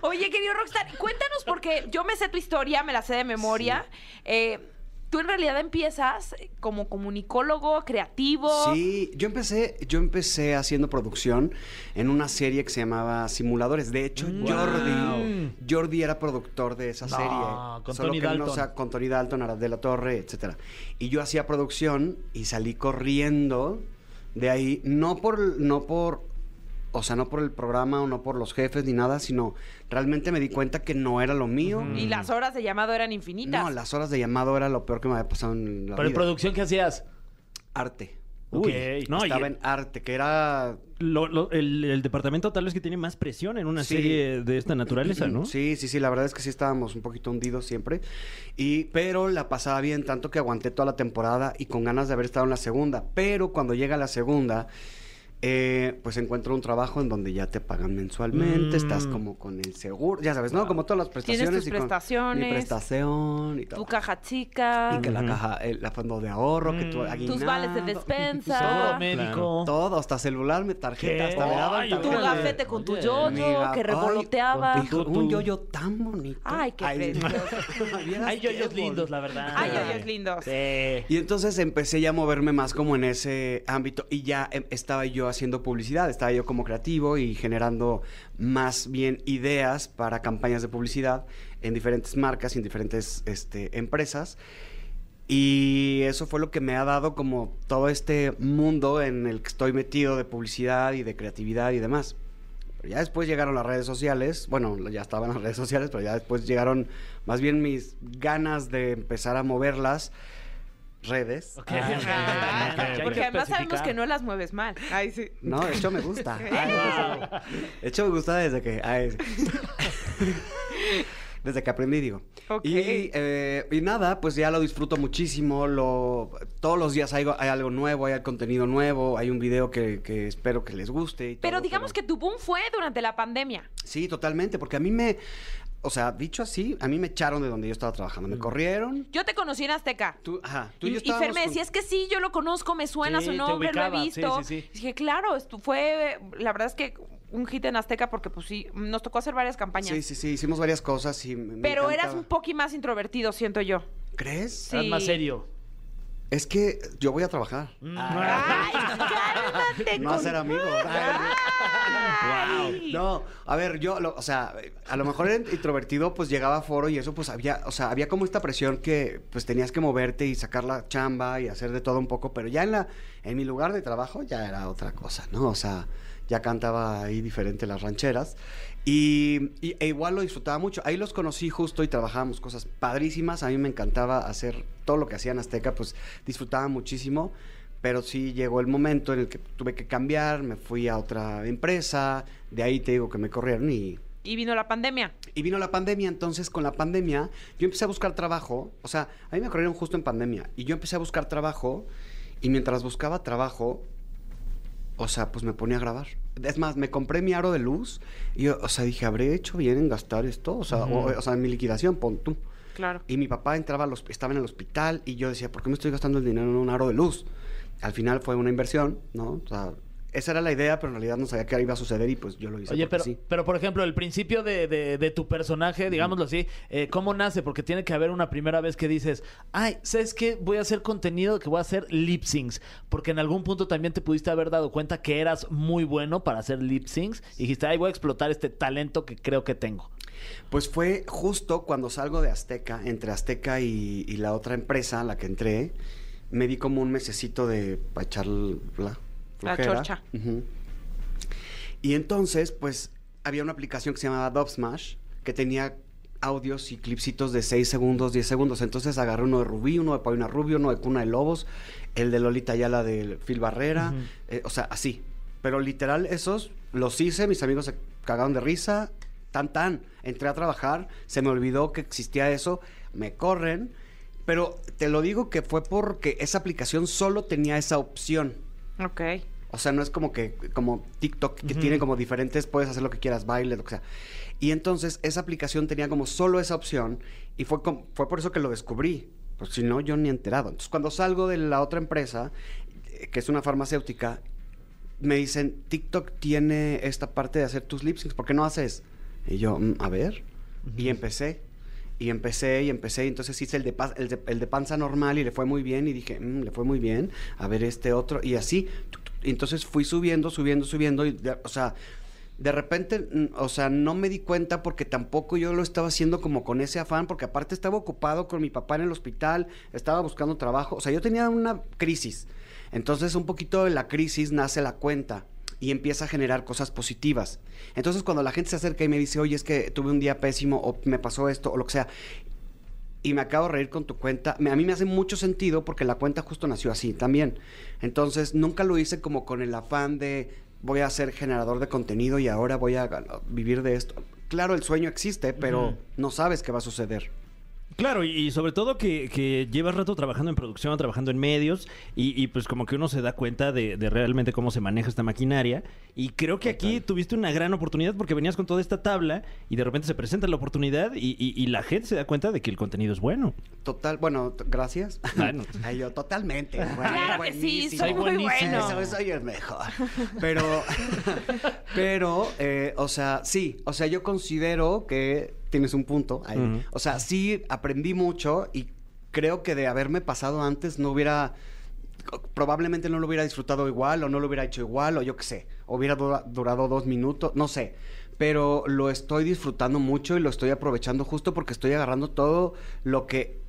S2: Oye, querido Rockstar, cuéntanos porque yo me sé tu historia, me la sé de memoria. Eh, tú en realidad empiezas como comunicólogo,
S5: Oh.
S2: creativo.
S7: Sí, yo empecé, yo empecé haciendo producción en una serie que se llamaba Simuladores. De hecho, Jordi, Jordi era productor de esa
S5: Mm. No,
S7: serie.
S5: con
S7: solo
S5: Tony
S7: que él no
S5: Dalton.
S7: sa- con Tony Dalton, Arad de la Torre, etcétera. Y yo hacía producción y salí corriendo de ahí, no por, no por, o sea, no por el programa o no por los jefes ni nada, sino realmente me di cuenta que no era lo mío.
S2: Y las horas de llamado eran infinitas.
S7: No, las horas de llamado era lo peor que me había pasado en la
S5: Pero en
S7: vida.
S5: producción, ¿qué hacías?
S7: Arte.
S3: Uy,
S5: Ok.
S3: no, y e
S7: Estaba en arte, que era
S3: lo- lo- el, el departamento tal vez que tiene más presión en una
S7: Sí.
S3: serie de esta naturaleza, ¿no?
S7: Sí, sí, sí, la verdad es que sí estábamos un poquito hundidos siempre. Y, pero la pasaba bien, tanto que aguanté toda la temporada y con ganas de haber estado en la segunda. Pero cuando llega la segunda, eh, pues encuentro un trabajo en donde ya te pagan
S3: Mm.
S7: mensualmente, estás como con el seguro, ya sabes, ¿no? Como todas las prestaciones.
S2: Tienes tus
S7: y con- mi
S2: prestaciones.
S7: prestación y
S2: Tu
S7: todo.
S2: caja chica,
S7: Y que la caja, el la fondo de ahorro, que tu aguinaldo.
S2: Mm. tus
S7: *laughs*
S2: vales de
S5: Seguro
S2: despensa,
S5: médico.
S7: Todo, hasta celular, mi tarjeta, hasta me daban
S5: Ay,
S2: tu
S7: tarjeta de-
S2: gafete con tu
S5: Oye,
S7: mi
S2: yoyo
S7: gaf-
S2: que
S7: Ay,
S2: revoloteaba.
S7: hijo, un yoyo tan bonito.
S2: Ay, qué precioso.
S7: *laughs* vieras
S5: Hay
S7: qué
S5: yoyos
S7: bonito.
S5: lindos, la verdad.
S2: Ay, yoyos lindos.
S5: Sí.
S7: Y entonces empecé ya a moverme más como en ese ámbito y ya em, estaba yo haciendo publicidad, estaba yo como creativo y generando más bien ideas para campañas de publicidad en diferentes marcas y en diferentes este, empresas. Y eso fue lo que me ha dado como todo este mundo en el que estoy metido de publicidad y de creatividad y demás. Pero ya después llegaron las redes sociales, bueno, ya estaban las redes sociales, pero ya después llegaron más bien mis ganas de empezar a moverlas redes.
S5: Ok.
S2: Ah,
S5: Ok, ok,
S2: Porque
S5: ok. Hay que
S2: además sabemos
S5: especificar.
S2: que no las mueves mal. Ay, sí.
S7: No, de hecho
S2: *laughs*
S7: me gusta. Ah,
S2: ¡Eh!
S7: Ay, sí. de hecho me gusta desde que... ay, sí. *laughs* desde que aprendí, digo.
S2: Ok.
S7: Y, eh, y nada, pues ya lo disfruto muchísimo. Lo, todos los días hay, hay algo nuevo, hay contenido nuevo, hay un video que, que espero que les guste. y
S2: Pero
S7: todo,
S2: digamos que tu boom fue durante la pandemia.
S7: Sí, totalmente, porque a mí me... O sea, dicho así, a mí me echaron de donde yo estaba trabajando. Me corrieron.
S2: Yo te conocí en Azteca.
S7: Tú, ajá, tú y
S2: Y,
S7: yo
S2: y Fer
S7: estábamos
S2: me
S7: con-
S2: decía, es que sí, yo lo conozco, me suena
S5: Sí,
S2: su
S5: te
S2: nombre, lo
S5: ubicaba,
S2: he
S5: sí,
S2: visto.
S5: sí, sí.
S2: Y dije, claro, esto fue, la verdad es que un hit en Azteca porque pues sí, nos tocó hacer varias campañas.
S7: Sí, sí, sí, hicimos varias cosas y me- me
S2: Pero eras
S7: encantaba.
S2: un poqui más introvertido, siento yo.
S7: ¿Crees?
S2: Sí.
S5: Haz más serio.
S7: Es que yo voy a trabajar.
S3: Mm.
S2: ¡Ay, cálmate!
S7: *laughs* No a
S2: con-
S7: ser amigo.
S2: Ay.
S7: No, a ver, yo, lo- o sea, a lo mejor era introvertido, pues llegaba a foro y eso, pues había, o sea, había como esta presión que, pues tenías que moverte y sacar la chamba y hacer de todo un poco, pero ya en la, en mi lugar de trabajo ya era otra cosa, ¿no? O sea, ya cantaba ahí diferente las rancheras y, y- e igual lo disfrutaba mucho. Ahí los conocí justo y trabajábamos cosas padrísimas. A mí me encantaba hacer todo lo que hacía en Azteca, pues disfrutaba muchísimo. Pero sí llegó el momento en el que tuve que cambiar, me fui a otra empresa, de ahí te digo que me corrieron y,
S2: Y vino la pandemia.
S7: y vino la pandemia, entonces con la pandemia yo empecé a buscar trabajo, o sea, a mí me corrieron justo en pandemia y yo empecé a buscar trabajo y mientras buscaba trabajo, o sea, pues me ponía a grabar. Es más, me compré mi aro de luz y yo, o sea, dije, ¿habré hecho bien en gastar esto? O sea, o, o sea, en mi liquidación, pon tú.
S2: Claro.
S7: Y mi papá entraba al hosp- estaba en el hospital y yo decía, ¿por qué me estoy gastando el dinero en un aro de luz? Al final fue una inversión, ¿no? O sea, esa era la idea, pero en realidad no sabía qué iba a suceder y pues yo lo hice.
S5: Oye,
S7: porque
S5: pero,
S7: sí.
S5: pero por ejemplo, el principio de, de- de tu personaje, digámoslo así, eh, ¿cómo nace? Porque tiene que haber una primera vez que dices, ay, ¿sabes qué? Voy a hacer contenido que voy a hacer lip syncs. Porque en algún punto también te pudiste haber dado cuenta que eras muy bueno para hacer lip syncs y dijiste, ay, voy a explotar este talento que creo que tengo.
S7: Pues fue justo cuando salgo de Azteca, entre Azteca y, y la otra empresa a la que entré, me di como un mesecito de para echar la
S2: La
S7: flojera.
S2: chorcha.
S7: Ujú. Y entonces, pues, había una aplicación que se llamaba Dub Smash, que tenía audios y clipsitos de 6 segundos, 10 segundos. Entonces agarré uno de Rubí, uno de Paulina Rubio, uno de Cuna de Lobos, el de Lolita Ayala de Phil Barrera, eh, o sea, así. Pero literal, esos los hice, mis amigos se cagaron de risa, tan tan. Entré a trabajar, se me olvidó que existía eso, me corren. Pero te lo digo que fue porque esa aplicación solo tenía esa opción.
S2: *laughs* Ok.
S7: O sea, no es como que, como TikTok, que tiene como diferentes, puedes hacer lo que quieras, baile, lo que sea. Y entonces esa aplicación tenía como solo esa opción y fue, com- fue por eso que lo descubrí. Pues si no, yo ni enterado. Entonces cuando salgo de la otra empresa, eh, que es una farmacéutica, me dicen, TikTok tiene esta parte de hacer tus lip syncs, ¿por qué no haces? Y yo, "Mm, a ver. Y empecé. Y empecé y empecé, y entonces hice el de, pa- el, de, el de panza normal y le fue muy bien y dije, "Mm, le fue muy bien, a ver este otro, y así. tuc, tuc, y entonces fui subiendo, subiendo, subiendo, y de- o sea, de repente, mm, o sea, no me di cuenta porque tampoco yo lo estaba haciendo como con ese afán, porque aparte estaba ocupado con mi papá en el hospital, estaba buscando trabajo, o sea, yo tenía una crisis. Entonces, un poquito de la crisis nace la cuenta y empieza a generar cosas positivas. Entonces, cuando la gente se acerca y me dice, oye, es que tuve un día pésimo o me pasó esto o lo que sea, y me acabo de reír con tu cuenta, me- a mí me hace mucho sentido porque la cuenta justo nació así también. Entonces, nunca lo hice como con el afán de voy a ser generador de contenido y ahora voy a gan- vivir de esto. Claro, el sueño existe, pero no sabes qué va a suceder.
S3: Claro, y, y sobre todo que, que llevas rato trabajando en producción, trabajando en medios, y, y pues como que uno se da cuenta de, de realmente cómo se maneja esta maquinaria. Y creo que aquí tuviste una gran oportunidad porque venías con toda esta tabla y de repente se presenta la oportunidad y, y- y la gente se da cuenta de que el contenido es bueno.
S7: Total, bueno, t- gracias.
S3: Bueno.
S7: *laughs* Ay, yo, totalmente. güey,
S2: Claro que sí,
S7: buenísimo.
S2: soy muy bueno.
S7: Soy, soy el
S2: *laughs*
S7: mejor. Pero, *laughs* pero, eh, o sea, sí, o sea, yo considero que tienes un punto ahí.
S3: Ujú.
S7: O sea, sí aprendí mucho y creo que de haberme pasado antes no hubiera, probablemente no lo hubiera disfrutado igual o no lo hubiera hecho igual o yo qué sé, hubiera dura- durado dos minutos, no sé. Pero lo estoy disfrutando mucho y lo estoy aprovechando justo porque estoy agarrando todo lo que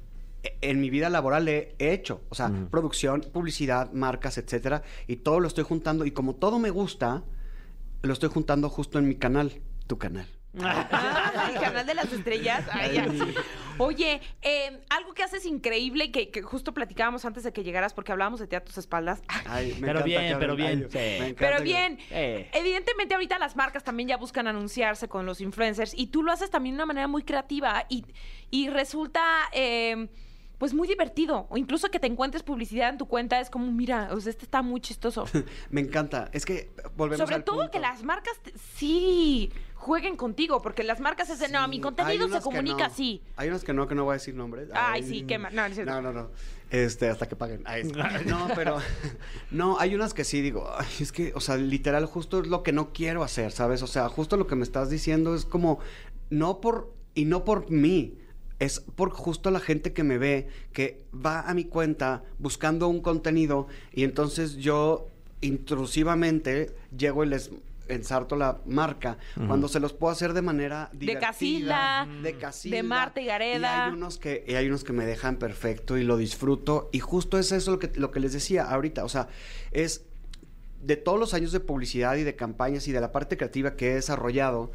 S7: e- en mi vida laboral he he hecho. O sea, producción, publicidad, marcas, etcétera. Y todo lo estoy juntando. Y como todo me gusta, lo estoy juntando justo en mi canal, tu canal.
S2: Ah, el canal de las estrellas. Ay, ya. Oye, eh, algo que haces increíble y que, que justo platicábamos antes de que llegaras porque hablábamos de ti a tus espaldas.
S7: Ay, me
S5: Pero
S7: encanta
S5: bien,
S7: que
S5: pero
S7: hablen.
S5: bien.
S7: Ay,
S5: Sí.
S7: me
S2: *laughs*
S7: encanta
S2: Pero
S7: que-
S2: bien,
S5: Eh.
S2: evidentemente ahorita las marcas también ya buscan anunciarse con los influencers y tú lo haces también de una manera muy creativa y, y resulta eh, pues muy divertido. O incluso que te encuentres publicidad en tu cuenta es como, mira, o sea, este está muy chistoso.
S7: Me encanta. Es que volvemos
S2: Sobre
S7: al
S2: todo
S7: punto.
S2: que las marcas te- sí jueguen contigo, porque las marcas es de, no,
S7: Sí,
S2: mi
S7: hay
S2: contenido
S7: unos
S2: se
S7: que
S2: comunica
S7: no.
S2: así.
S7: Hay unos que no, que no voy a decir nombres.
S2: Ay, sí, qué ma- no, no es cierto.
S7: No, no, no. Este, hasta que paguen. Ay, sí. no, pero. No, hay unas que sí digo, ay, es que, o sea, literal, justo es lo que no quiero hacer, ¿sabes? O sea, justo lo que me estás diciendo es como, no por. Y no por mí. Es por justo la gente que me ve, que va a mi cuenta buscando un contenido y entonces yo intrusivamente llego y les ensarto la marca cuando se los puedo hacer de manera divertida,
S2: Casilda,
S7: de Casilda,
S2: de Marta y Gareda.
S7: y hay unos que y hay unos que me dejan perfecto y lo disfruto y justo es eso lo que lo que les decía ahorita, o sea, es de todos los años de publicidad y de campañas y de la parte creativa que he desarrollado,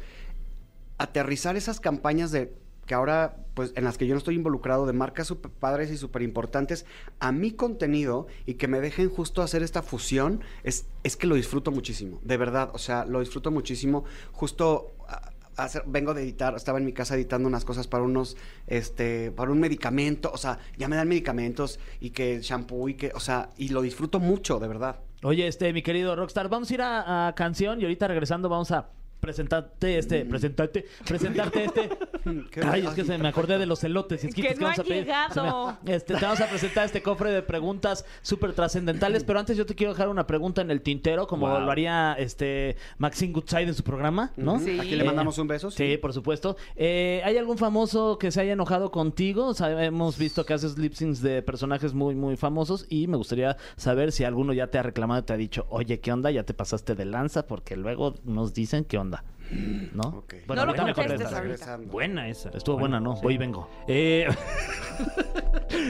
S7: aterrizar esas campañas de que ahora, pues, en las que yo no estoy involucrado, de marcas super padres y súper importantes, a mi contenido y que me dejen justo hacer esta fusión, es, es que lo disfruto muchísimo, de verdad, o sea, lo disfruto muchísimo, justo... a- a hacer- vengo de editar, estaba en mi casa editando unas cosas para unos, este, para un medicamento, o sea, ya me dan medicamentos y que shampoo y que, o sea, y lo disfruto mucho, de verdad.
S5: Oye, este, mi querido Rockstar, vamos a ir a, a canción y ahorita regresando vamos a presentarte este,
S2: Mm.
S5: presentarte, presentarte este.
S2: *laughs*
S7: Mm, Qué
S5: Ay,
S7: bueno.
S5: es que se me acordé de los elotes y esquites
S2: Que no
S5: vamos
S2: ha
S5: a pedir. Se me-
S2: llegado.
S5: este, te vamos a presentar este cofre de preguntas súper trascendentales, pero antes yo te quiero dejar una pregunta en el tintero, como
S3: Wow.
S5: lo haría este Maxine Goodside en su programa, ¿no?
S2: Sí.
S7: Aquí le mandamos un beso.
S5: Sí, por supuesto. Eh, ¿Hay algún famoso que se haya enojado contigo? O sea, hemos visto que haces lip syncs de personajes muy, muy famosos y me gustaría saber si alguno ya te ha reclamado y te ha dicho, oye, ¿qué onda? Ya te pasaste de lanza porque luego nos dicen qué onda. ¿No?
S7: Ok.
S2: No lo
S5: ahorita me
S2: contestes
S5: contestas.
S2: ahorita.
S7: Regresando.
S3: Buena esa.
S5: Estuvo buena, ¿no?
S3: sí.
S5: Voy y vengo.
S3: Eh, *laughs*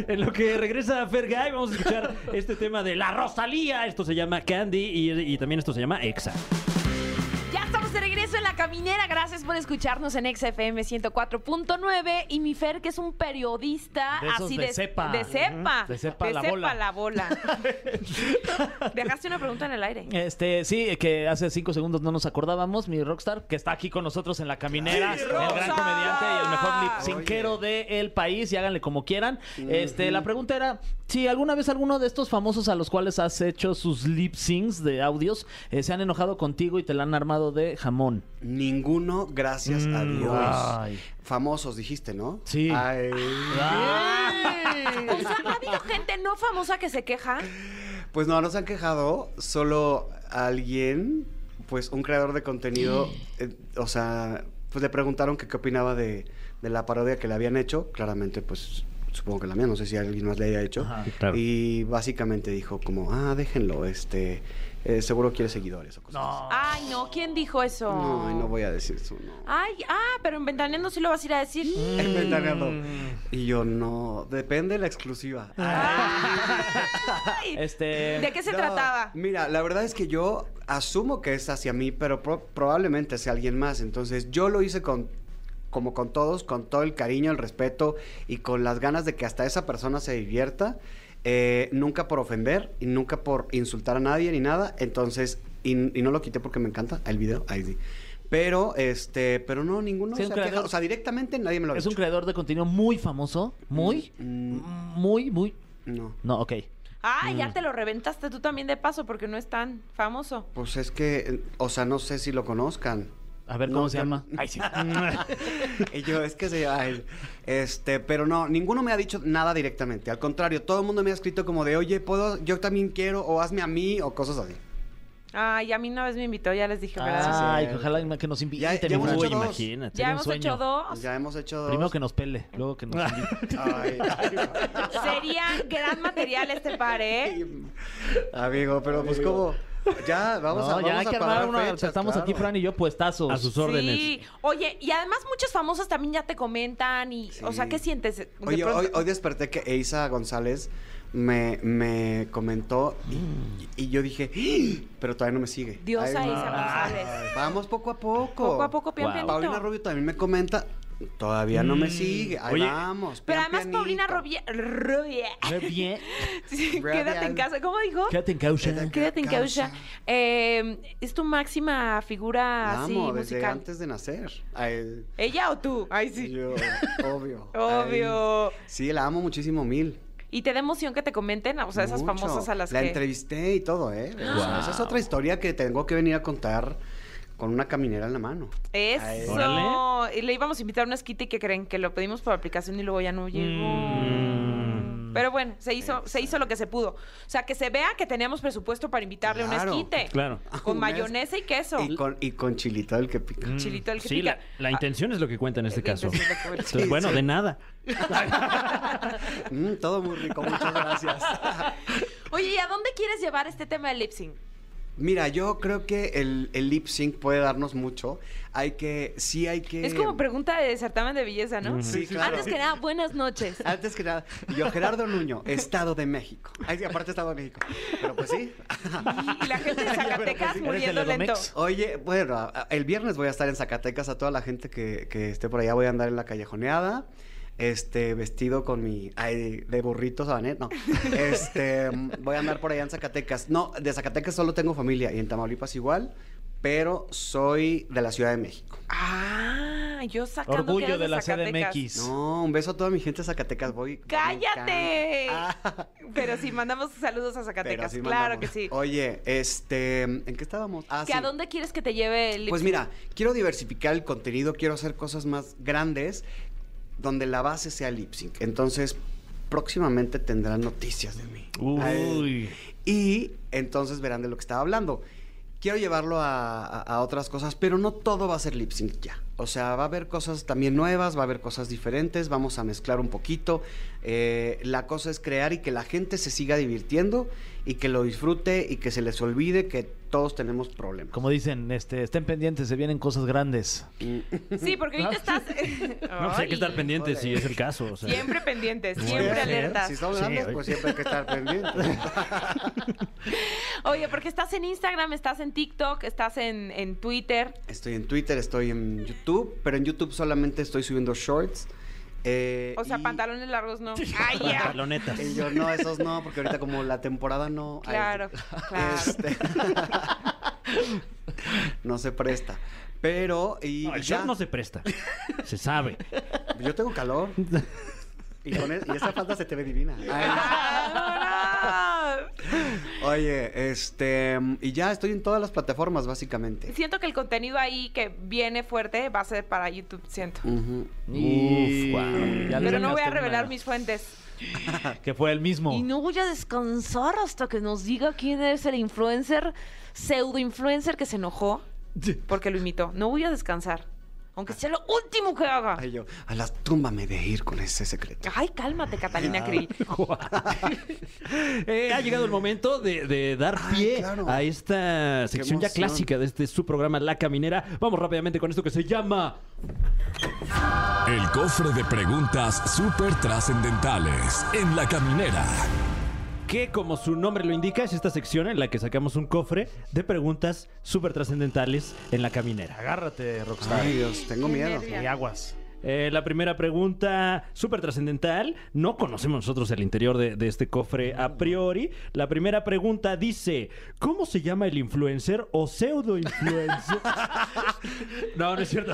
S3: en lo que regresa Fergay, vamos a escuchar este tema de la Rosalía. Esto se llama Candy y, y también esto se llama Exa.
S2: Ya estamos de regreso en la caminera. Gracias por escucharnos en XFM 104.9. Y mi Fer, que es un periodista
S5: De esos
S2: así
S5: de cepa.
S2: De cepa.
S5: Ujú. De cepa la bola.
S2: la
S5: *laughs*
S2: bola. Dejaste una pregunta en el aire.
S5: Este, sí, que hace cinco segundos no nos acordábamos, mi rockstar, que está aquí con nosotros en la caminera,
S2: ¡Sí,
S5: el
S2: Rockstar!
S5: gran comediante y el mejor lip syncero del país, y háganle como quieran. Este, la pregunta era si alguna vez alguno de estos famosos a los cuales has hecho sus lip syncs de audios eh, se han enojado contigo y te la han armado de jamón.
S7: Ninguno, gracias a
S5: Mm,
S3: Mm,
S7: Dios.
S5: ay.
S7: Famosos, dijiste, ¿no?
S5: Sí.
S7: Ay.
S2: O sea, ¿no ha habido gente no famosa que se queja?
S7: Pues no, nos han quejado. Solo alguien, pues un creador de contenido, eh, o sea, pues le preguntaron que qué opinaba de, de la parodia que le habían hecho. Claramente, pues supongo que la mía, no sé si alguien más le haya hecho.
S5: Ajá.
S3: claro.
S7: Y básicamente dijo como, ah, déjenlo, este, eh, seguro quiere seguidores o cosas así.
S2: Ay, no, ¿quién dijo eso?
S7: No, y no voy a decir su nombre. *laughs*
S2: Ay, ah, pero en Ventaneando sí lo vas a ir a decir.
S5: Mm.
S7: El ventaneado. Y yo no, depende de la exclusiva.
S2: Ah.
S5: *laughs*
S2: Ay.
S5: Este,
S2: ¿De qué se
S7: No,
S2: trataba?
S7: Mira, la verdad es que yo asumo que es hacia mí, pero pro- probablemente hacia alguien más. Entonces yo lo hice con como con todos, con todo el cariño, el respeto y con las ganas de que hasta esa persona se divierta, eh, nunca por ofender y nunca por insultar a nadie ni nada. Entonces, y, y no lo quité porque me encanta el video, ahí sí. Pero, este, pero no, ninguno
S5: Sí, un
S7: se ha quejado.
S5: creador.
S7: O sea, directamente nadie me lo ha
S5: Es
S7: dicho.
S5: un creador de contenido muy famoso. Muy,
S7: Mm.
S5: muy, muy.
S7: No.
S5: No, ok.
S2: Ah,
S7: Mm.
S2: ya te lo reventaste tú también de paso porque no es tan famoso.
S7: Pues es que, eh, o sea, no sé si lo conozcan.
S5: A ver
S7: No,
S5: cómo se
S7: yo-
S5: llama. Ay, sí.
S7: Y yo, es que se ay, Este, pero no, ninguno me ha dicho nada directamente. Al contrario, todo el mundo me ha escrito como de, oye, puedo, yo también quiero, o hazme a mí, o cosas así.
S2: Ay, a mí una vez me invitó, ya les dije, ¿verdad?
S5: Ay,
S7: sí.
S5: ojalá que nos inviten.
S7: Ya- ya hemos
S5: muchacho.
S7: hecho dos.
S3: imagínate.
S2: ya
S5: un
S2: hemos
S5: sueño.
S2: hecho dos.
S7: Pues Ya hemos hecho dos.
S5: Primero que nos pele, luego que nos
S7: *laughs*
S5: invite.
S7: Ay,
S2: Sería gran material este par,
S5: *laughs*
S7: *laughs*
S2: ¿eh?
S7: amigo, pero pues como, ya, vamos
S5: no,
S7: a,
S5: ya
S7: vamos
S5: hay
S7: a
S5: que
S7: cuadrar
S5: armar una.
S7: fechas,
S5: estamos
S7: claro.
S5: aquí, Fran y yo, puestazos.
S3: A sus órdenes.
S2: Sí. Oye, y además muchos famosos también ya te comentan y, o sea,
S7: Sí.
S2: ¿qué sientes? De
S7: Oye,
S2: pronto-
S7: hoy, hoy desperté que Eisa González me, me comentó y, y yo dije, "¡Ah!", pero todavía no me sigue.
S2: Diosa
S7: Ay,
S2: Eiza
S7: ay,
S2: González.
S7: Vamos poco a poco.
S2: Poco a poco, pian
S5: Wow.
S2: pianito.
S7: Paulina Rubio también me comenta, todavía no me sigue. Ahí
S3: Oye.
S7: vamos.
S2: Pero
S7: pian
S2: además Paulina
S7: pianito.
S2: Rubia, Rubia. *laughs*
S5: Re bien.
S2: Sí,
S7: Rubia.
S2: quédate en casa. ¿Cómo dijo?
S5: Quédate en causa.
S2: Quédate en causa.
S7: Causa.
S2: Eh, es tu máxima figura
S7: La
S2: así
S7: amo desde
S2: ah, musical.
S7: antes de nacer. Ay,
S2: ¿Ella o tú? Ay, sí.
S7: yo, obvio.
S2: *laughs*
S7: Ay,
S2: Obvio.
S7: sí, la amo muchísimo, mil.
S2: ¿Y te da emoción que te comenten? O sea, esas
S7: Mucho.
S2: famosas a las
S7: La
S2: que...
S7: entrevisté y todo, ¿eh? O sea, esa es otra historia que tengo que venir a contar con una caminera en la mano.
S2: Eso.
S3: Órale.
S2: Y le íbamos a invitar un esquite que creen que lo pedimos por aplicación y luego ya no llegó.
S7: Mm.
S2: Pero bueno, se hizo, se hizo lo que se pudo. O sea, que se vea que teníamos presupuesto para invitarle a un
S7: Claro,
S2: esquite.
S3: claro.
S2: Con
S7: Un
S2: mayonesa y queso.
S7: Y con, y con chilito del que pica.
S2: Chilito del que
S3: Sí,
S2: pica.
S3: la, la intención es lo que cuenta en este
S2: La
S3: caso.
S2: intención es lo que cuenta.
S3: Entonces, bueno, de nada.
S7: Mm, todo muy rico, muchas *laughs* gracias.
S2: Oye, ¿y a dónde quieres llevar este tema del lip sync?
S7: Mira, yo creo que el, el lip sync puede darnos mucho. Hay que, sí Mm. hay que...
S2: Es como pregunta de certamen de belleza, ¿no?
S7: Sí, claro.
S2: Antes que nada, buenas noches.
S7: Antes que nada, y yo, Gerardo Nuño, Estado de México. Ay, sí, aparte Estado de México. Pero pues sí.
S2: Y, y la gente
S7: *laughs*
S2: de Zacatecas
S5: sí.
S2: muriendo
S5: ¿Eres del
S2: lento.
S5: Edomex?
S7: Oye, bueno, a- a- el viernes voy a estar en Zacatecas a toda la gente que, que esté por allá. Voy a andar en la callejoneada, este, vestido con mi... Ay, de burrito
S2: *laughs*
S7: sabanet, no. Este, mm, voy a andar por allá en Zacatecas. No, de Zacatecas solo tengo familia y en Tamaulipas igual, pero soy de la Ciudad de México.
S2: Ah, yo sacando que
S5: Orgullo
S2: eras
S5: de la
S2: Zacatecas.
S5: CDMX.
S7: No, un beso a toda mi gente de Zacatecas. Voy... me
S2: ¡Cállate!
S7: encanta. Ah. *laughs*
S2: Pero sí, mandamos saludos a Zacatecas,
S7: Pero sí
S2: claro
S7: mandamos.
S2: que sí.
S7: Oye, este, ¿en qué estábamos? Ah,
S2: ¿Que
S7: sí.
S2: ¿A dónde quieres que te lleve el lip
S7: Pues
S2: sync?
S7: mira, quiero diversificar el contenido, quiero hacer cosas más grandes donde la base sea lip sync. Entonces, próximamente tendrán noticias de mí.
S5: Uy.
S7: Y entonces verán de lo que estaba hablando. Quiero llevarlo a, a- a otras cosas, pero no todo va a ser lip sync ya. O sea, va a haber cosas también nuevas, va a haber cosas diferentes, vamos a mezclar un poquito. Eh, la cosa es crear y que la gente se siga divirtiendo y que lo disfrute y que se les olvide que todos tenemos problemas.
S5: Como dicen, este, estén pendientes, se vienen cosas grandes.
S2: Sí, porque ahorita
S7: *laughs*
S2: estás...
S7: ah,
S2: *laughs*
S3: No, pues hay que estar
S2: Ay,
S3: pendientes si es el caso. o sea.
S2: Siempre pendientes,
S3: Muy
S2: siempre
S3: bien.
S2: alertas.
S7: Si son
S3: Sí,
S7: grandes,
S3: oye.
S7: pues siempre hay que
S3: *laughs*
S7: estar pendientes.
S2: Oye, porque estás en Instagram, estás en TikTok, estás en, en Twitter.
S7: Estoy en Twitter, estoy en YouTube, pero en YouTube solamente estoy subiendo shorts. eh,
S2: O sea,
S7: y-
S2: pantalones largos no. ¡Ay, ya! *laughs*
S3: Pantalonetas.
S7: Y yo, no, esos no, porque ahorita como la temporada no... ay,
S2: Claro, claro.
S7: este, *laughs* no se presta. Pero, y
S3: No, el
S7: ya,
S3: short no se presta. Se sabe.
S7: yo tengo calor. Y, con e- y esa falda se te ve divina. Ay,
S2: ¡Vámonos!
S7: oye, este... Y ya estoy en todas las plataformas, básicamente.
S2: Siento que el contenido ahí que viene fuerte va a ser para YouTube, siento.
S7: Ujú.
S5: Uf, guau. Ya le
S2: Pero no voy a
S5: sacaste
S2: revelar
S5: una-
S2: mis fuentes.
S5: Que fue el mismo.
S8: Y no voy a descansar hasta que nos diga quién es el influencer, pseudo influencer que se enojó
S2: Porque lo imitó. No voy a descansar. Aunque sea lo último que haga.
S7: Ay, yo, a las tumbas me de ir con ese secreto.
S2: Ay, cálmate, Catalina
S3: *laughs*
S2: Krill.
S3: Ah, Eh, ha llegado el momento de, de dar
S7: Ay,
S3: pie
S7: claro.
S3: a esta sección ya
S7: emoción.
S3: clásica de este su programa La Caminera. Vamos rápidamente con esto que se llama
S1: El cofre de preguntas súper trascendentales en la caminera.
S3: que como su nombre lo indica es esta sección en la que sacamos un cofre de preguntas súper trascendentales en La Caminera.
S5: Agárrate, Rockstar.
S7: Ay, Dios, tengo
S2: Qué
S7: miedo.
S2: nervio.
S5: Y aguas.
S3: Eh, la primera pregunta, súper trascendental. No conocemos nosotros el interior de, de este cofre a priori. La primera pregunta dice: ¿Cómo se llama el influencer o pseudo-influencer? no, no es *laughs* cierto.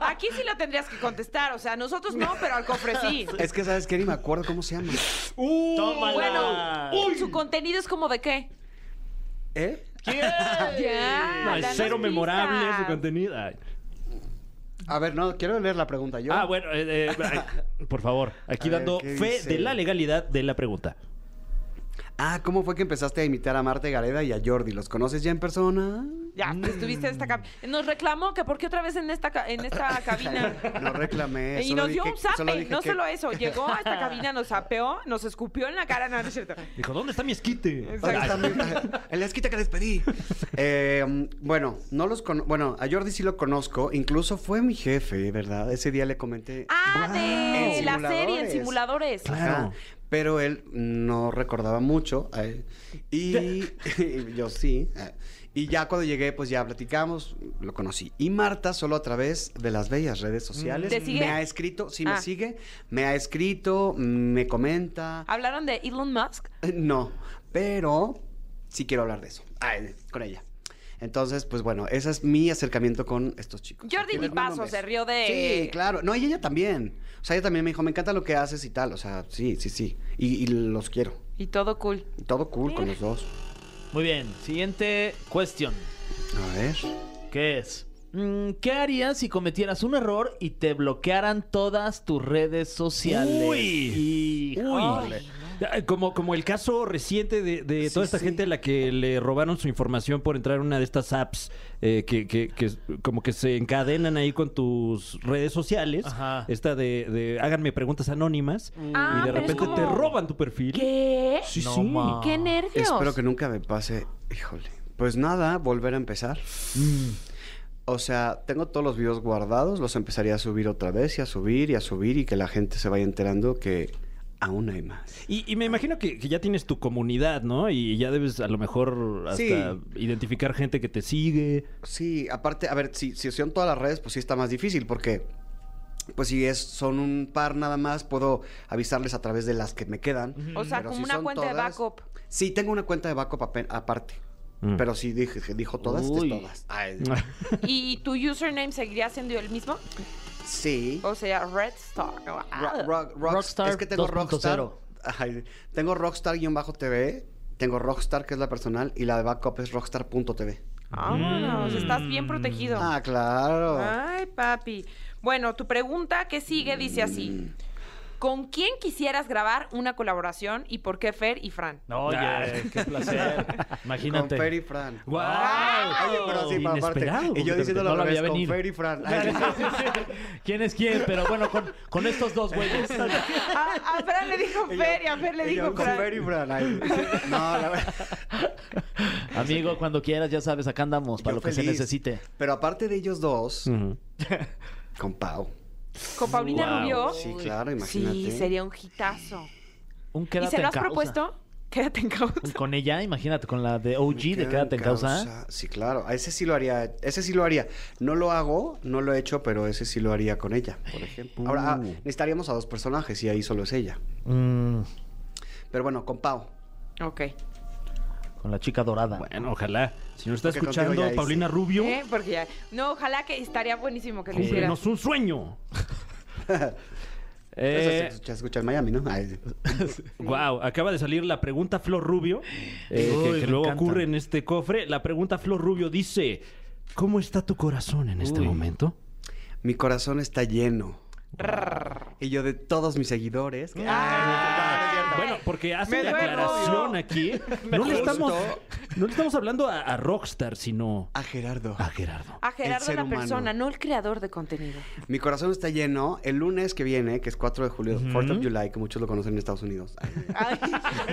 S2: Aquí sí lo tendrías que contestar, o sea, nosotros no, pero al cofre sí.
S7: Es que sabes que ni me acuerdo cómo se llama.
S3: ¡Uh!
S5: Tómala.
S2: Bueno, su contenido es como de qué.
S7: ¿Eh?
S2: Ya.
S3: No, es
S2: danos
S3: cero memorable
S2: pistas.
S3: su contenido. Ay.
S7: A ver, no, quiero leer la pregunta yo.
S3: Ah, bueno, eh, eh, ay, por favor, aquí
S7: A ver,
S3: dando
S7: ¿qué
S3: fe
S7: dice?
S3: de la legalidad de la pregunta.
S7: Ah, ¿cómo fue que empezaste a imitar a Marte Gareda y a Jordi? ¿Los conoces ya en persona?
S2: Ya,
S7: Mm.
S2: que estuviste en esta cabina. Nos reclamó que por qué otra vez en esta, ca- en
S7: *laughs*
S2: esta cabina.
S7: No reclamé.
S2: Y
S7: solo
S2: nos dio
S7: dije-
S2: un zape,
S7: solo dije
S2: no
S7: que-
S2: solo eso. Llegó a esta cabina, nos zapeó, nos escupió en la cara. No, no es
S7: *laughs*
S2: cierto.
S3: Dijo, ¿dónde está mi esquite?
S2: Exacto.
S7: El esquita que les pedí. Eh, bueno, no los cono- Bueno, a Jordi sí lo conozco. Incluso fue mi jefe, ¿verdad? Ese día le comenté.
S2: Ah, de
S7: En
S2: la serie, en simuladores.
S7: Ajá.
S3: Claro.
S7: Pero él no recordaba mucho. eh, y *laughs* yo sí. eh, y ya cuando llegué, pues ya platicamos, lo conocí. Y Marta, solo a través de las bellas redes sociales,
S2: ¿Te sigue?
S7: me ha escrito, sí
S2: Ah.
S7: me sigue, me ha escrito, me comenta.
S2: ¿Hablaron de Elon Musk?
S7: No, pero sí quiero hablar de eso. Ay, con ella. Entonces, pues bueno, ese es mi acercamiento con estos chicos.
S2: Jordi
S7: Aquí les
S2: ni
S7: mando
S2: paso,
S7: un beso.
S2: se rió de-
S7: Sí, claro. No, y ella también. O sea, ella también me dijo, me encanta lo que haces y tal. O sea, sí, sí, sí. Y, y los quiero.
S2: Y todo cool.
S7: Todo cool con los dos.
S5: Muy bien, siguiente cuestión.
S7: A ver.
S5: ¿Qué es? Mm, ¿Qué harías si cometieras un error y te bloquearan todas tus redes sociales?
S3: Uy.
S5: Híjole.
S3: Uy. Ay, Como, como el caso reciente de, de toda esta gente a la que le robaron su información por entrar en una de estas apps eh, que, que- que es- como que se encadenan ahí con tus redes sociales.
S5: Ajá.
S3: Esta de, de háganme preguntas anónimas
S2: Ah,
S3: y de
S2: pero es
S3: repente te
S2: como-
S3: roban tu perfil.
S2: ¿Qué?
S3: Sí,
S5: No
S3: sí.
S5: ma.
S2: ¡Qué nervios!
S7: Ah, Espero que nunca me pase. Híjole. Pues nada, volver a empezar. O sea, tengo todos los videos guardados, los empezaría a subir otra vez y a subir y a subir y que la gente se vaya enterando que aún hay más.
S3: Y, y me imagino que, que ya tienes tu comunidad, ¿no? Y ya debes a lo mejor hasta
S7: Sí.
S3: identificar gente que te sigue.
S7: Sí, aparte, a ver, si, si son todas las redes, pues sí está más difícil, porque pues si es, son un par nada más, puedo avisarles a través de las que me quedan.
S2: O sea,
S7: pero
S2: como
S7: si
S2: una
S7: son
S2: cuenta de
S7: todas-
S2: backup.
S7: Sí, tengo una cuenta de backup ape- aparte.
S3: Mm.
S7: Pero sí dije, dijo todas, es
S5: Uy.
S7: todas.
S5: *laughs*
S7: Ay,
S2: ¿Y tu username seguiría siendo el mismo?
S7: sí.
S2: O sea, Red Star. Wow.
S7: Ro- ro- rock-
S5: Rockstar
S7: Es que tengo
S5: 2.0.
S7: Rockstar. Ay, tengo Rockstar-TV. Tengo Rockstar, que es la personal, y la de backup es Rockstar.tv.
S2: Vámonos, estás bien protegido.
S7: Ah, claro.
S2: Ay, papi. Bueno, tu pregunta que sigue dice así. ¿Con quién quisieras grabar una colaboración y por qué Fer y
S7: *laughs*
S2: Fran?
S5: Oye,
S3: *laughs*
S5: qué placer.
S7: Con
S5: Imagínate.
S7: Fer y Fran. Ah.
S3: ¡Wow!
S7: Oye, pero sí, pa- aparte.
S3: Inesperado,
S7: Y yo diciendo
S5: no
S7: la
S5: lo
S7: revés
S5: había
S7: con
S5: venido.
S7: Fer y Fran.
S5: *laughs* Sí, sí, sí. ¿Quién es quién? Pero bueno, con, con estos dos güeyes.
S2: A, a Ah, Fran le dijo Fer y a Fer le
S7: Y yo
S2: dijo
S7: con
S2: Fran.
S7: Fer y Fran. Ay, *laughs* sí. No, la verdad.
S5: Amigo, cuando quieras, ya sabes, acá andamos para
S7: Yo
S5: lo que se
S7: feliz.
S5: necesite.
S7: Pero aparte de ellos dos,
S3: Ujú.
S7: con Pau.
S2: Con Paulina
S5: Wow.
S2: Rubio.
S7: Oh, Sí, claro, imagínate.
S2: Sí, sería un hitazo.
S5: Un
S2: ¿Y
S5: quédate
S2: se
S5: en
S2: lo has
S5: causa.
S2: propuesto? Quédate en causa.
S5: Con ella, imagínate, con la de OG de Quédate en causa.
S7: Sí, claro. A ese sí lo haría. Ese sí lo haría. No lo hago, no lo he hecho, pero ese sí lo haría con ella, por ejemplo. Ahora, ah,
S5: Uh.
S7: necesitaríamos a dos personajes y ahí solo es ella.
S5: Mm,
S7: Pero bueno, con Pau.
S2: Ok.
S5: con la chica dorada.
S3: Bueno, ojalá. Si nos está
S7: Porque contigo
S3: escuchando
S7: ya hice.
S3: Paulina Rubio,
S2: ¿Eh? Porque ya. No, ojalá que estaría buenísimo que lo hiciera.
S3: cúmplenos un sueño.
S7: Esa se
S3: eh,
S7: escucha- se escucha en Miami, ¿no? Ay,
S3: wow, acaba de salir la pregunta Flor Rubio, eh,
S5: Uy,
S3: que- que,
S5: me
S3: luego
S5: encanta.
S3: ocurre en este cofre. La pregunta Flor Rubio dice, ¿cómo está tu corazón en este
S5: Uy.
S3: momento?
S7: Mi corazón está lleno. Y yo de todos mis seguidores. que-
S2: Ah,
S3: Bueno, porque hace
S2: Me
S3: la
S2: duele,
S3: aclaración
S2: Rubio.
S3: aquí. No le,
S7: Justo.
S3: estamos, no le estamos hablando a, a Rockstar, sino
S7: A Gerardo.
S3: a Gerardo.
S2: A
S7: El
S2: Gerardo
S7: ser
S2: la
S7: humano.
S2: persona, no el creador de contenido.
S7: Mi corazón está lleno. El lunes que viene, que es 4 de julio, 4 of July, que muchos lo conocen en
S2: *laughs*
S7: Estados Unidos.
S2: Ay,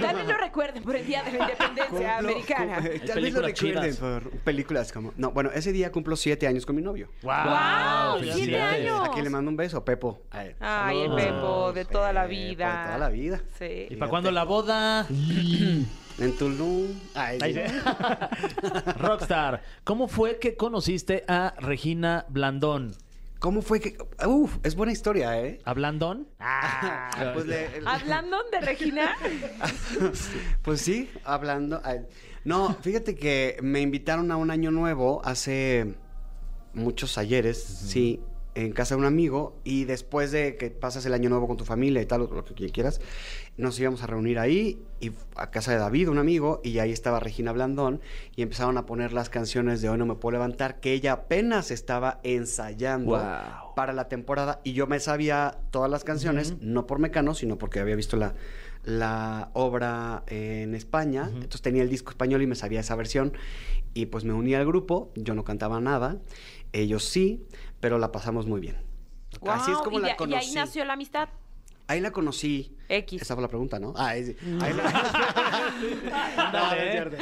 S2: tal vez lo recuerden por el Día de la Independencia
S7: Cumplo-
S2: Americana.
S7: cum- eh, Tal vez lo
S5: películas
S7: recuerden
S5: chidas.
S7: por películas como... No, bueno, ese día cumplo 7 años con mi novio.
S2: ¡Wow! ¡Siete
S5: felicidades.
S2: años!
S7: Aquí le mando un beso, Pepo. Ay,
S2: Ay, el
S5: Saludos.
S2: Pepo, de toda la
S7: Pepo,
S2: vida.
S7: De toda la vida.
S5: ¿Y
S2: Sí.
S5: para cuándo la boda?
S7: En Tulum. Ay,
S5: *laughs* Ahí
S7: Dios.
S5: se- Rockstar, ¿cómo fue que conociste a Regina Blandón?
S7: ¿Cómo fue que...? Uf, es buena historia, ¿eh?
S5: ¿Hablandón?
S2: Ah.
S7: *laughs* Pues, le- el-
S2: Hablando de Regina,
S7: *laughs* pues sí, hablando... ay. No, fíjate que me invitaron a un año nuevo hace muchos ayeres, sí, en casa de un amigo, y después de que pasas el año nuevo con tu familia y tal, o lo que quieras, nos íbamos a reunir ahí, y f- a casa de David, un amigo, y ahí estaba Regina Blandón, y empezaron a poner las canciones de Hoy no me puedo levantar, que ella apenas estaba ensayando
S5: Guau.
S7: para la temporada, y yo me sabía todas las canciones, no por Mecano, sino porque había visto la, la obra en España, entonces tenía el disco español y me sabía esa versión, y pues me uní al grupo, yo no cantaba nada, ellos sí, pero la pasamos muy bien. *laughs* Así es
S2: Guau,
S7: como
S2: y,
S7: la
S2: de- y
S7: conocí.
S2: ahí nació la amistad.
S7: Ahí la conocí.
S2: X.
S7: Esa fue la pregunta, ¿no? Ah, es-
S2: Mm.
S7: ahí,
S2: *laughs*
S7: la... No, no es cierto.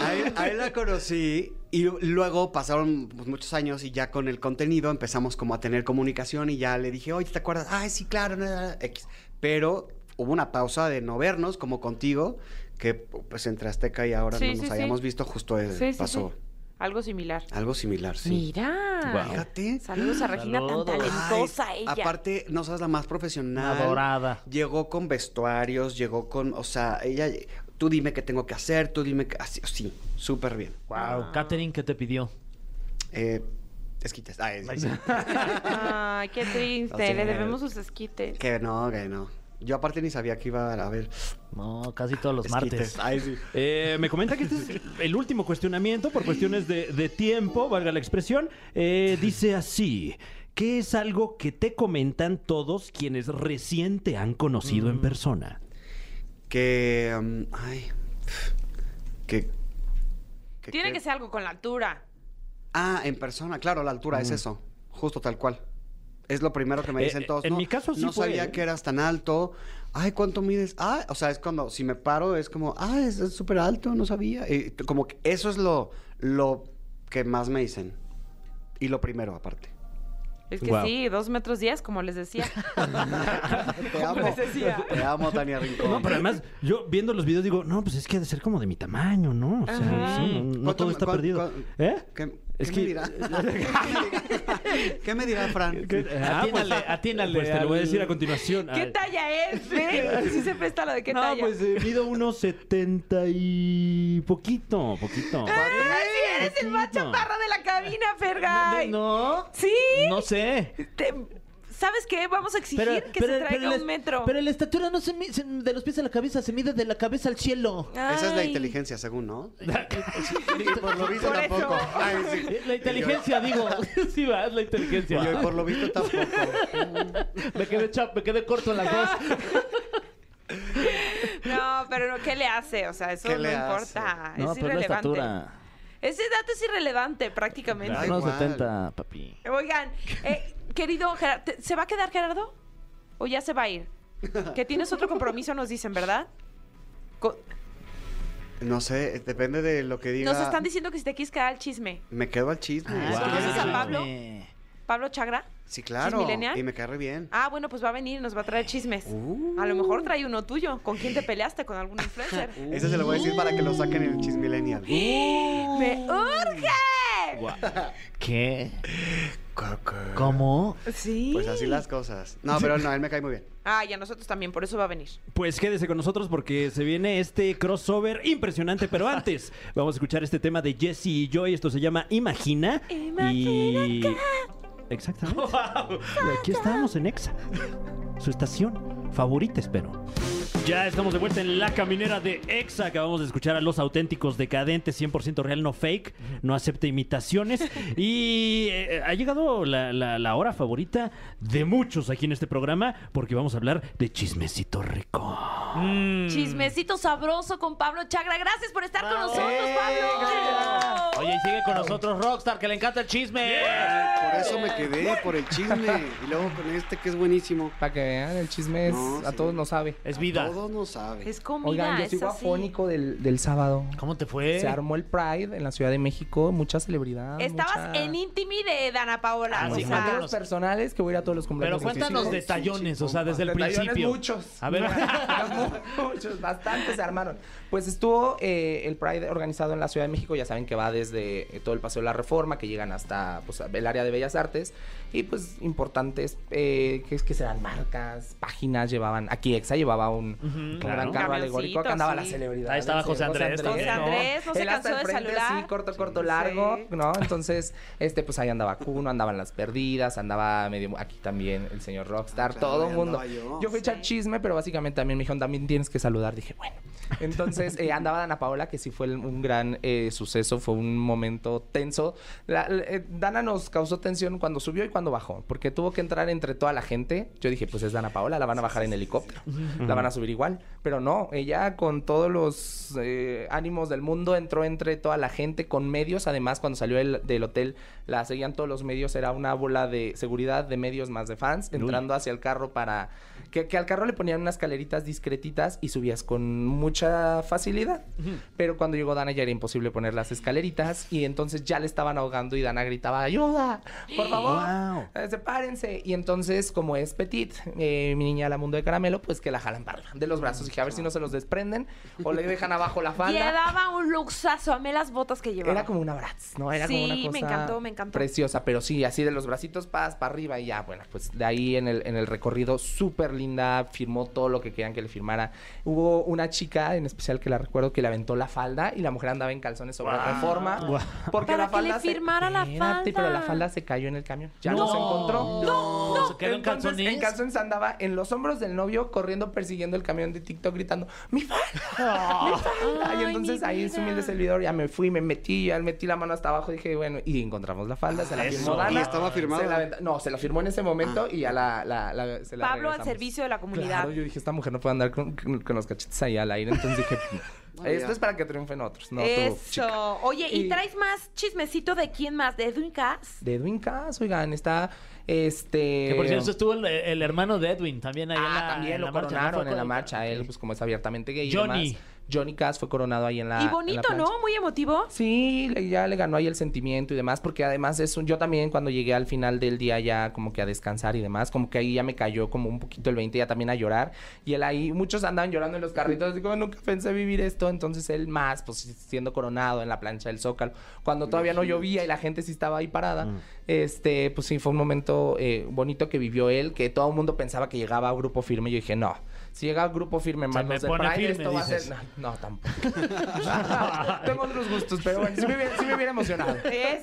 S7: Ahí- ahí la conocí y luego pasaron pues, muchos años y ya con el contenido empezamos como a tener comunicación y ya le dije, oye, ¿te acuerdas? Ay, sí, claro, no, no, no, X. Pero hubo una pausa de no vernos como contigo, que pues entre Azteca y ahora
S2: Sí,
S7: no nos
S2: sí, sí.
S7: habíamos visto, justo eh,
S2: Sí, sí,
S7: pasó
S2: sí. Algo similar.
S7: algo similar, sí.
S2: Mira.
S5: Guau.
S7: Fíjate.
S2: Saludos a Regina
S5: Saludos.
S2: tan
S7: Ay,
S2: talentosa ella.
S7: Aparte, no sabes la más profesional.
S5: Una dorada.
S7: Llegó con vestuarios, llegó con, o sea, ella, tú dime qué tengo que hacer, tú dime qué, así, sí, súper bien.
S9: Ah.
S5: Wow. Catherine, ¿qué te pidió?
S7: Eh, esquites. Ah, es-
S2: Ay, qué triste.
S7: O sea,
S2: Le debemos sus esquites.
S7: *laughs* que no, que no. Yo aparte ni sabía que iba a haber
S5: No, casi todos los
S7: esquites.
S5: martes.
S7: Ay, sí.
S3: Eh, me comenta que este es el último cuestionamiento por cuestiones de, de tiempo, valga la expresión. Eh, dice así: ¿Qué es algo que te comentan todos quienes recién te han conocido
S2: Mm.
S3: en persona?
S7: Que, um, ay, que, que-
S2: Tiene
S7: que-
S2: que ser algo con la altura.
S7: Ah, en persona, claro, la altura es eso, justo tal cual. Es lo primero que me
S3: Eh,
S7: dicen
S3: eh,
S7: todos.
S3: en
S7: no,
S3: mi caso sí
S7: no
S3: fue,
S7: sabía
S3: ¿eh?
S7: que eras tan alto. Ay, ¿cuánto mides? Ah, o sea, es cuando si me paro es como, ah, es es súper alto, no sabía. Y t- como que eso es lo, lo que más me dicen. Y lo primero, aparte.
S2: Es que
S3: Guau.
S2: sí, dos metros diez, como les
S7: *laughs*
S2: decía.
S7: Te amo.
S2: les decía.
S7: Te amo, Tania Rincón.
S3: No, pero además, yo viendo los videos digo, no, pues es que ha de ser como de mi tamaño, ¿no? O sea,
S2: Ajá.
S3: sí, no, no
S7: ¿Cuánto
S3: todo
S7: me-
S3: está
S7: cuán-
S3: perdido.
S7: cuán-
S3: ¿Eh?
S7: ¿Qué,
S3: Es
S7: qué
S3: que- *laughs*
S7: me dirá? *laughs* ¿Qué me dirá, Fran?
S3: Ah, pues-
S5: Atínale, atínale
S3: Pues te lo voy a
S5: al-
S3: decir a continuación.
S2: ¿Qué
S3: Ay.
S2: talla es? ¿eh? Sí se presta lo de qué
S3: no,
S2: talla.
S3: pues eh, mido unos 70 y poquito, poquito.
S2: Ay, Ah, sí, eres el más
S3: Poquito.
S2: chaparra de la cabina, Fergay.
S5: No.
S2: Sí.
S5: No sé.
S2: Te- ¿Sabes qué? Vamos a exigir que se traiga
S5: la-
S2: un metro.
S5: Pero la estatura no se mide de los pies a la cabeza, se mide de la cabeza al cielo.
S7: Esa es la
S2: Ay.
S7: inteligencia, según, ¿no? Y por lo visto
S2: Ah, Por eso.
S7: tampoco. Ay, sí. *laughs*
S5: Eh, La inteligencia, digo. *laughs* sí, va, es la
S7: Y
S5: inteligencia.
S7: yo, y por lo visto tampoco.
S5: *laughs* Me quedé, chap- me quedé corto en
S2: Ah,
S5: las dos.
S2: No, pero no, ¿qué le hace? O sea, eso
S7: ¿Qué
S2: no
S7: le
S2: importa.
S5: pues no,
S2: es
S5: pero la
S2: irrelevante.
S5: estatura.
S2: Ese dato es irrelevante prácticamente.
S7: Da
S5: No,
S7: igual.
S5: 70, papi.
S2: Oigan, eh, querido Gerardo, ¿te- ¿se va a quedar Gerardo? ¿O ya se va a ir? Que tienes otro compromiso, nos dicen, ¿verdad? Co-
S7: *laughs* No sé, depende de lo que diga.
S2: Nos están diciendo que si te quieres quedar al chisme.
S7: Me quedo al chisme.
S2: Ah,
S7: Sí,
S2: ¿Conoces a Pablo?
S5: Eh,
S2: ¿Pablo Chagra?
S7: Sí, claro.
S2: ¿Chismilenial?
S7: Y me cae re bien.
S2: Ah, bueno, pues va a venir, nos va a traer chismes.
S5: Uh.
S2: A lo mejor trae uno tuyo. ¿Con quién te peleaste? ¿Con algún influencer?
S5: *laughs* Uh.
S7: Ese se lo voy a decir para que lo saquen en el chismilenial.
S2: ¿Eh? ¡Me urge!
S5: ¿Qué?
S7: Coco.
S5: ¿Cómo?
S2: Sí.
S7: Pues así las cosas. No, pero no, él me cae muy bien.
S2: Ah, y a nosotros también, por eso va a venir.
S3: Pues quédese con nosotros porque se viene este crossover impresionante. Pero antes, vamos a escuchar este tema de Jesse y Joy. Esto se llama Imagina. y. Exactamente. Y aquí estamos en Exa. Su estación favorita, espero. Ya estamos de vuelta en la caminera de Exa. Acabamos de escuchar a los auténticos decadentes, 100% real, no fake, no acepta imitaciones. Y eh, ha llegado la, la- la hora favorita de muchos aquí en este programa porque vamos a hablar de chismecito rico.
S9: Mm.
S8: Chismecito sabroso con Pablo Chagra. Gracias por estar con nosotros,
S2: ¡Eh,
S8: Pablo.
S5: Oye, y sigue con nosotros Rockstar, que le encanta el chisme.
S7: Por eso me quedé, por el chisme. Y luego con este que es buenísimo.
S9: Para que vean, el chisme es,
S7: No,
S9: a
S7: sí.
S9: todos nos sabe.
S5: Es vida.
S7: Todos no saben.
S2: Es comida,
S9: Oigan, yo
S2: es
S9: sigo
S2: así.
S9: afónico del, del sábado.
S5: ¿Cómo te fue?
S9: Se armó el Pride en la Ciudad de México, mucha celebridad.
S2: Estabas
S9: mucha-
S2: en Intimi de Dana Paola. o
S5: Ah,
S2: sea,
S5: sí,
S9: Los
S5: cuéntanos.
S9: cumpleaños personales que voy a ir a todos los
S5: Pero
S9: cumpleaños.
S5: cuéntanos
S9: de
S5: detallones, o sea, desde el
S9: Detallones
S5: principio.
S9: *laughs* muchos.
S5: A ver,
S9: Unos Muchos, bastantes se armaron. Pues estuvo eh, el Pride organizado en la Ciudad de México, ya saben que va desde eh, todo el Paseo de la Reforma, que llegan hasta pues, el área de Bellas Artes, y pues importantes, eh, que es que serán marcas, páginas, llevaban, aquí EXA llevaba un, un
S3: claro.
S9: gran carro alegórico, acá andaba la
S2: sí.
S9: celebridad.
S5: Ahí estaba José Andrés
S2: José
S5: también, ¿no?
S2: Andrés, no se
S9: Él
S2: cansó
S9: hasta
S2: de
S9: enfrente,
S2: saludar.
S9: Sí, corto, corto, largo,
S2: Sí.
S9: ¿no? Entonces, este, pues ahí andaba Cuno, andaban las perdidas, andaba medio. Aquí también el señor Rockstar,
S7: Ah, claro,
S9: todo
S7: ahí
S9: el mundo.
S7: andaba yo.
S9: Yo fui a echar chisme, pero básicamente también me dijeron, también tienes que saludar. Dije, bueno. Entonces, eh, andaba Dana Paola, que sí fue el- un gran eh, suceso, fue un momento tenso. La- la- eh, Dana nos causó tensión cuando subió y cuando bajó, porque tuvo que entrar entre toda la gente. Yo dije, pues es Dana Paola, la van a bajar en helicóptero, la van a subir igual. Pero no, ella con todos los eh, ánimos del mundo entró entre toda la gente, con medios. Además, cuando salió el- del hotel, la seguían todos los medios, era una bola de seguridad, de medios más de fans, entrando hacia el carro para... Que, que al carro le ponían unas caleritas discretitas y subías con mucha facilidad. Pero cuando llegó Dana ya era imposible poner las escaleritas y entonces ya le estaban ahogando y Dana gritaba, ayuda, por favor, eh, sepárense. Y entonces, como es Petit, eh, mi niña la mundo de caramelo, pues que la jalan para arriba de los brazos. Dije, a ver si no se los desprenden o le dejan abajo
S2: *laughs*
S9: la falda.
S2: Llevaba un luxazo, amé las botas que llevaba.
S9: Era como una bratz, ¿no? Era como
S2: Sí,
S9: una
S2: me
S9: cosa
S2: encantó, me encantó.
S9: Preciosa, pero sí, así de los bracitos paz para arriba y ya, bueno, pues de ahí en el, en el recorrido, súper linda, firmó todo lo que querían que le firmara. Hubo una chica en especial que la recuerdo que le aventó la falda y la mujer andaba en calzones sobre reforma. Porque
S2: Para
S9: la
S2: que le
S9: falda se-
S2: firmara la
S9: Espérate, pero la
S2: falda.
S9: falda se cayó en el camión. Ya no, se encontró.
S5: No, se quedó en
S9: Entonces,
S5: calzones.
S9: En calzones andaba en los hombros del novio corriendo, persiguiendo el camión de TikTok, gritando, ¡mi falda! ¡Mi falda!
S2: Ay,
S9: y entonces
S2: mi
S9: ahí es
S2: vida.
S9: humilde servidor, ya me fui, me metí, ya metí la mano hasta abajo, dije, bueno, y encontramos la falda, se la firmó Dana.
S7: ¿Y estaba firmada?
S9: Se la aventó- no, se la firmó en ese momento
S5: Ah.
S9: y ya la, la, la- se la
S2: Pablo al
S9: regresamos.
S2: servicio de la comunidad.
S9: Claro, yo dije, esta mujer no puede andar con, con- con los cachetes ahí al aire, entonces dije, "Pues,
S5: *laughs*
S9: esto es para que triunfen otros, no tú,
S2: Eso.
S9: chica.
S2: Oye, ¿y
S9: Y-
S2: traes más chismecito de quién más? ¿De Edwin Cass?
S9: De Edwin Cass, oigan, está este...
S5: Que por cierto estuvo el, el hermano de Edwin también ahí en
S9: Ah,
S5: la,
S9: también
S5: en
S9: lo
S5: la marcha, ¿no?
S9: coronaron
S5: Fue
S9: en la
S5: con-
S9: marcha. Él, pues como es abiertamente gay
S5: Johnny.
S9: y demás. Johnny Cass fue coronado ahí en la
S2: y
S9: en la
S2: bonito,
S9: plancha.
S2: ¿no? Muy emotivo.
S9: Sí, le- ya le ganó ahí el sentimiento y demás, porque además es un, yo también cuando llegué al final del día ya como que a descansar y demás, como que ahí ya me cayó como un poquito el 20 ya también a llorar y él ahí, muchos andaban llorando en los carritos, digo, nunca pensé vivir esto, entonces él más, pues siendo coronado en la plancha del Zócalo, cuando todavía no llovía y la gente sí estaba ahí parada,
S5: Mm.
S9: este, pues sí, fue un momento eh, bonito que vivió él, que todo el mundo pensaba que llegaba a grupo firme y yo dije, no. Si llega a grupo firme, en
S5: Se
S9: manos
S5: me
S9: de
S5: pone
S9: Pride,
S5: firme,
S9: esto va a
S5: dices.
S9: ser... No, no, tampoco. *laughs* Tengo otros gustos, pero bueno, sí me hubiera, sí me hubiera emocionado.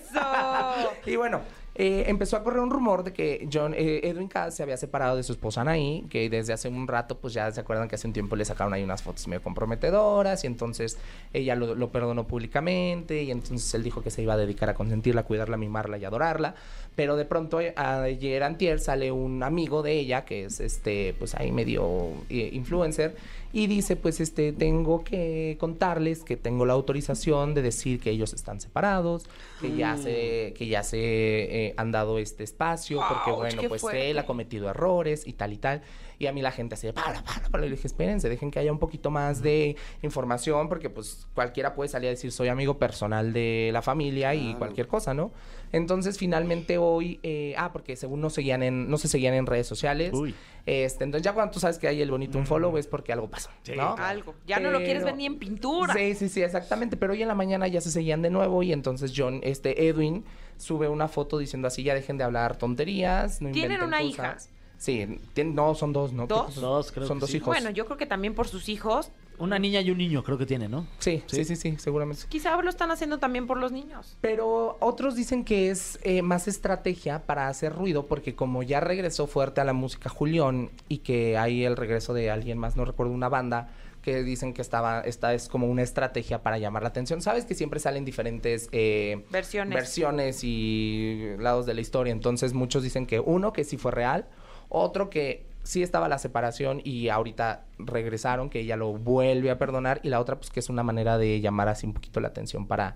S2: Eso.
S9: Y bueno, eh, empezó a correr un rumor de que John, eh, Edwin Cass se había separado de su esposa Anaí, que desde hace un rato, pues ya se acuerdan que hace un tiempo le sacaron ahí unas fotos medio comprometedoras, y entonces ella lo, lo perdonó públicamente, y entonces él dijo que se iba a dedicar a consentirla, cuidarla, mimarla y adorarla. Pero de pronto, eh, ayer antier, sale un amigo de ella, que es este, pues ahí medio eh, influencer, y dice, pues este, tengo que contarles que tengo la autorización de decir que ellos están separados, que ya
S2: Ah.
S9: se, que ya se eh, han dado este espacio, porque
S2: Ouch,
S9: bueno,
S2: qué
S9: pues
S2: fuerte.
S9: él ha cometido errores y tal y tal. Y a mí la gente así de, para, para, para. Y le dije, espérense, dejen que haya un poquito más de información, porque pues cualquiera puede salir a decir, soy amigo personal de la familia y
S7: Claro.
S9: cualquier cosa, ¿no? Entonces, finalmente hoy, eh, ah, porque según no seguían en, no se seguían en redes sociales.
S3: Uy.
S9: Este, entonces ya cuando tú sabes que hay el bonito un follow es porque algo pasó, ¿no?
S2: Algo. Ya no lo quieres ver
S9: Pero-
S2: ni en pintura.
S9: Sí, sí, sí, exactamente. Pero hoy en la mañana ya se seguían de nuevo y entonces John, este Edwin, sube una foto diciendo así, ya dejen de hablar tonterías, no
S2: ¿Tienen
S9: inventen
S2: una
S9: cosas". Sí, tien- no, son dos, ¿no?
S2: ¿Dos?
S9: Creo que son-
S5: Dos, creo
S9: Son
S5: que
S9: dos
S5: sí.
S9: hijos.
S2: Bueno, yo creo que también por sus hijos.
S5: Una niña y un niño creo que tiene, ¿no?
S9: sí, sí, sí, sí, seguramente.
S2: Quizá lo están haciendo también por los niños.
S9: Pero otros dicen que es eh, más estrategia para hacer ruido, porque como ya regresó fuerte a la música Julián y que hay el regreso de alguien más, no recuerdo una banda, que dicen que estaba, esta es como una estrategia para llamar la atención. Sabes que siempre salen diferentes eh,
S2: Versiones.
S9: versiones y lados de la historia. Entonces muchos dicen que uno que sí fue real, otro que sí estaba la separación y ahorita regresaron, que ella lo vuelve a perdonar y la otra pues que es una manera de llamar así un poquito la atención para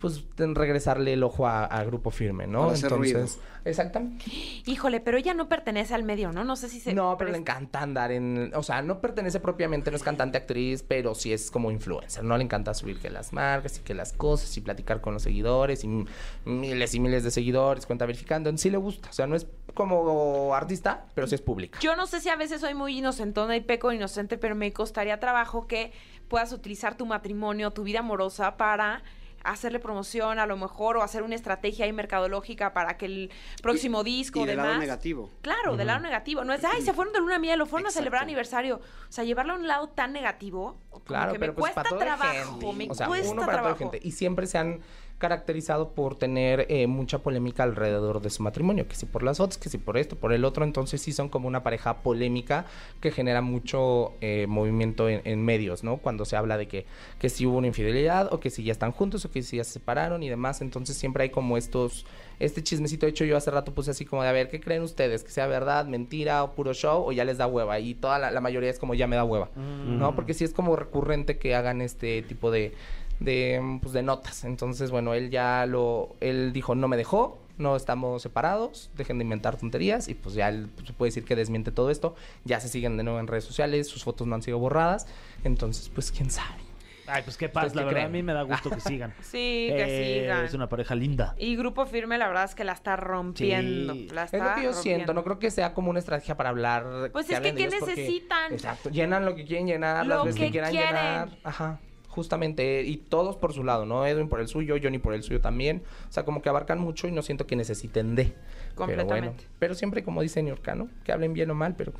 S9: pues ten- regresarle el ojo a, a grupo firme, ¿no?
S7: Para hacer ruido.
S9: exactamente.
S2: Híjole, pero ella no pertenece al medio, ¿no? No sé si se...
S9: No, pero le encanta andar en, o sea, no pertenece propiamente, no es cantante, actriz, pero sí es como influencer, ¿no? Le encanta subir que las marcas y que las cosas y platicar con los seguidores y m- miles y miles de seguidores, cuenta verificando, sí le gusta, o sea, no es como artista, pero sí es pública.
S2: Yo no sé si a veces soy muy inocentona y peco inocente, pero me costaría trabajo que puedas utilizar tu matrimonio, tu vida amorosa para hacerle promoción a lo mejor o hacer una estrategia ahí mercadológica para que el próximo disco
S7: y del
S2: demás.
S7: lado negativo.
S2: Claro, del lado negativo. No es, ay, se fueron de luna de miel o fueron a celebrar
S7: Exacto.
S2: aniversario. O sea, llevarlo a un lado tan negativo, como
S9: Claro,
S2: que
S9: pero
S2: me
S9: pues
S2: cuesta
S9: para toda la
S2: trabajo,
S9: gente.
S2: me
S9: o sea,
S2: cuesta
S9: uno para toda la
S2: trabajo.
S9: gente. Y siempre se han caracterizado por tener eh, mucha polémica alrededor de su matrimonio, que si por las otras, que si por esto, por el otro, entonces sí son como una pareja polémica que genera mucho eh, movimiento en, en medios, ¿no? Cuando se habla de que, que si hubo una infidelidad o que si ya están juntos o que si ya se separaron y demás, entonces siempre hay como estos, este chismecito, de hecho yo hace rato puse así como de, a ver, ¿qué creen ustedes? ¿Que sea verdad, mentira o puro show o ya les da hueva? Y toda la, la mayoría es como, ya me da hueva, ¿no? Porque sí es como recurrente que hagan este tipo de de, mm, pues, de notas. Entonces, bueno, él ya lo, él dijo, no me dejó, no estamos separados, dejen de inventar tonterías y pues ya él, pues, se puede decir que desmiente todo esto. Ya se siguen de nuevo en redes sociales, sus fotos no han sido borradas, entonces, pues quién sabe.
S5: Ay, pues qué paz,
S9: ¿Ustedes
S5: la
S9: qué
S5: verdad. A
S9: creen?
S5: mí me da
S9: *laughs*
S5: gusto que sigan.
S2: Sí, que
S5: Eh,
S2: sigan.
S5: Es una pareja linda.
S2: Y Grupo Firme, la verdad es que la está rompiendo.
S9: Sí.
S2: la
S9: es lo
S2: está
S9: que yo siento,
S2: rompiendo.
S9: no creo que sea como una estrategia para hablar.
S2: Pues es
S9: hablen
S2: que
S9: de
S2: ¿qué
S9: ellos porque-
S2: necesitan?
S9: Exacto, llenan lo que quieren llenar,
S2: Lo
S9: las veces que,
S2: que
S9: quieran
S2: quieren.
S9: llenar. Ajá, justamente, y todos por su lado, ¿no? Edwin por el suyo, Johnny por el suyo también. O sea, como que abarcan mucho y no siento que necesiten de. Pero bueno,
S2: Completamente.
S9: pero siempre como dice Niurka, ¿no? Que hablen bien o mal, pero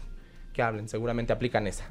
S9: que hablen, seguramente aplican esa.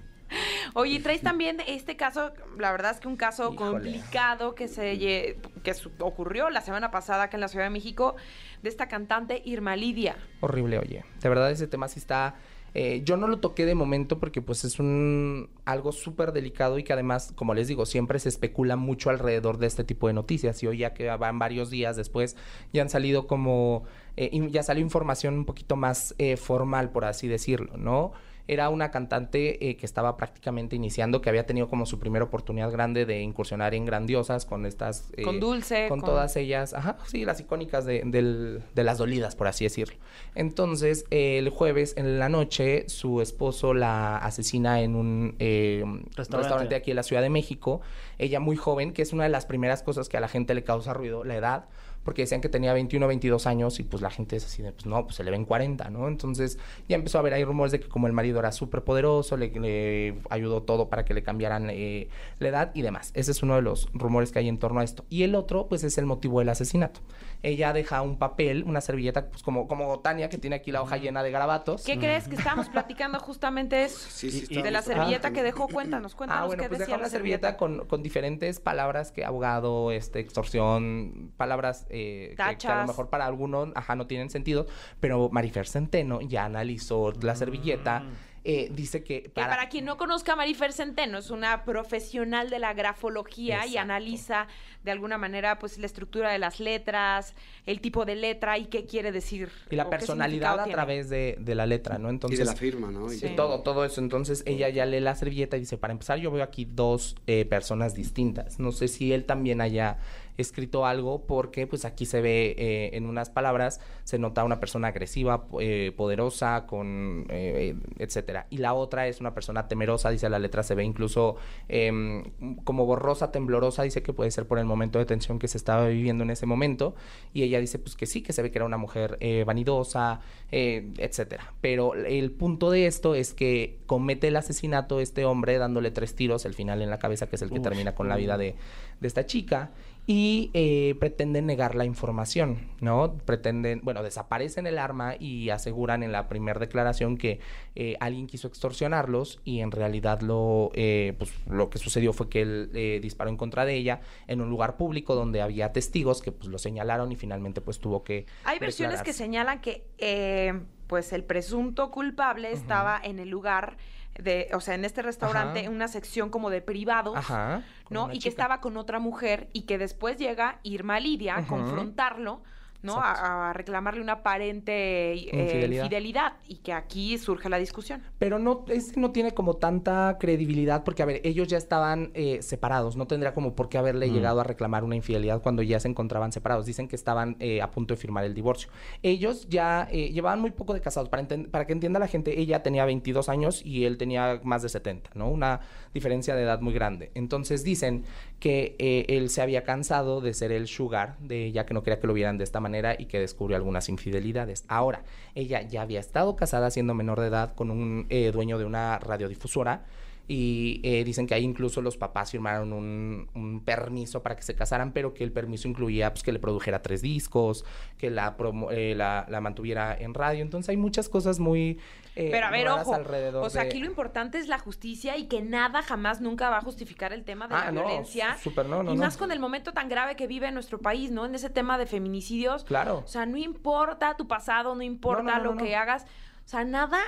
S2: Oye, y traes también este caso, la verdad es que un caso
S9: Híjole.
S2: complicado que se lle- que su- ocurrió la semana pasada acá en la Ciudad de México de esta cantante Irma Lidia.
S9: horrible, oye. De verdad, ese tema sí está. eh, yo no lo toqué de momento porque pues es un algo súper delicado y que además, como les digo, siempre se especula mucho alrededor de este tipo de noticias. Y hoy ya que van varios días después, ya han salido como, eh, in- ya salió información un poquito más eh, formal, por así decirlo, ¿no? Era una cantante eh, que estaba prácticamente iniciando, que había tenido como su primera oportunidad grande de incursionar en grandiosas con estas... eh,
S2: Con Dulce,
S9: Con,
S2: con-
S9: todas ellas, ajá, sí, las icónicas de, del- de las dolidas, por así decirlo. Entonces, eh, el jueves en la noche, su esposo la asesina en un eh,
S5: Restaurante.
S9: restaurante aquí en la Ciudad de México. Ella muy joven, que es una de las primeras cosas que a la gente le causa ruido, la edad, porque decían que tenía 21, 22 años y pues la gente es así de, pues no, pues se le ven 40, ¿no? Entonces ya empezó a haber ahí rumores de que como el marido era súper poderoso, le, le ayudó todo para que le cambiaran eh, la edad y demás. Ese es uno de los rumores que hay en torno a esto. Y el otro, pues es el motivo del asesinato. Ella deja un papel, una servilleta, pues como, como Tania, que tiene aquí la hoja llena de garabatos.
S2: ¿Qué crees que estábamos platicando justamente eso?
S7: Sí, sí,
S2: De la
S7: estábamos-
S2: servilleta que dejó, cuéntanos, cuéntanos
S9: Ah, bueno,
S2: qué
S9: pues
S2: decía
S9: deja
S2: la
S9: una servilleta con, con diferentes palabras que abogado, este, extorsión, palabras eh, que- que, a
S2: Tachas.
S9: lo mejor para algunos, ajá, no tienen sentido, pero Marifer Centeno ya analizó la servilleta, eh, dice que
S2: Mm. Que para... quien no conozca a Marifer Centeno, es una profesional de la grafología y
S9: Exacto.
S2: analiza de alguna manera pues la estructura de las letras, el tipo de letra y qué quiere decir.
S9: y
S2: o
S9: la
S2: qué
S9: personalidad
S2: significado
S9: a
S2: tiene.
S9: través de, de la letra, ¿no?
S7: Y
S9: Entonces,
S7: de la firma, ¿no? Y
S2: Sí.
S9: de todo, todo eso. Entonces ella ya lee la servilleta y dice, para empezar yo veo aquí dos eh, personas distintas. No sé si él también haya escrito algo porque pues aquí se ve eh, en unas palabras, se nota una persona agresiva, eh, poderosa, con eh, etcétera. Y la otra es una persona temerosa, dice la letra, se ve incluso em, como borrosa, temblorosa, dice que puede ser por el momento de tensión que se estaba viviendo en ese momento. Y ella dice pues que sí, que se ve que era una mujer eh, vanidosa, eh, etcétera. Pero el punto de esto es que comete el asesinato este hombre dándole tres tiros, el final en la cabeza, que es el que termina con la vida de, de esta chica. Y eh, pretenden negar la información, ¿no? Pretenden, bueno, desaparecen el arma y aseguran en la primera declaración que eh, alguien quiso extorsionarlos y en realidad lo, eh, pues, lo que sucedió fue que él eh, disparó en contra de ella en un lugar público donde había testigos que pues lo señalaron y finalmente pues tuvo que...
S2: Hay versiones que
S9: declararse.
S2: señalan que eh, pues el presunto culpable estaba en el lugar de, o sea, en este restaurante,
S9: Ajá.
S2: en una sección como de privados,
S9: Ajá. con
S2: ¿no?
S9: una
S2: Y que
S9: chica.
S2: estaba con otra mujer y que después llega Irma Lidia a
S9: Ujú.
S2: confrontarlo ¿no? A, a reclamarle una aparente eh,
S9: Infidelidad.
S2: infidelidad y que aquí surge la discusión.
S9: Pero no, este no tiene como tanta credibilidad porque, a ver, ellos ya estaban eh, separados. No tendría como por qué haberle llegado a reclamar una infidelidad cuando ya se encontraban separados. Dicen que estaban eh, a punto de firmar el divorcio. Ellos ya eh, llevaban muy poco de casados. Para, enten- para que entienda la gente, ella tenía 22 años y él tenía más de 70, ¿no? Una diferencia de edad muy grande. Entonces dicen que eh, él se había cansado de ser el sugar de ella, que no quería que lo vieran de esta manera y que descubrió algunas infidelidades. Ahora, ella ya había estado casada siendo menor de edad con un eh, dueño de una radiodifusora y eh, dicen que ahí incluso los papás firmaron un, un permiso para que se casaran, pero que el permiso incluía pues, que le produjera tres discos, que la, promo- eh, la, la mantuviera en radio. Entonces hay muchas cosas muy... eh,
S2: Pero a ver,
S9: raras
S2: ojo.
S9: alrededor
S2: o sea,
S9: de-
S2: aquí lo importante es la justicia y que nada jamás nunca va a justificar el tema de
S9: Ah,
S2: la
S9: no,
S2: violencia.
S9: súper no, no,
S2: y
S9: no.
S2: más con el momento tan grave que vive nuestro país, ¿no? En ese tema de feminicidios.
S9: Claro.
S2: O sea, no importa tu pasado, no importa
S9: No, no, no,
S2: lo
S9: no,
S2: que
S9: no.
S2: hagas. O sea, nada.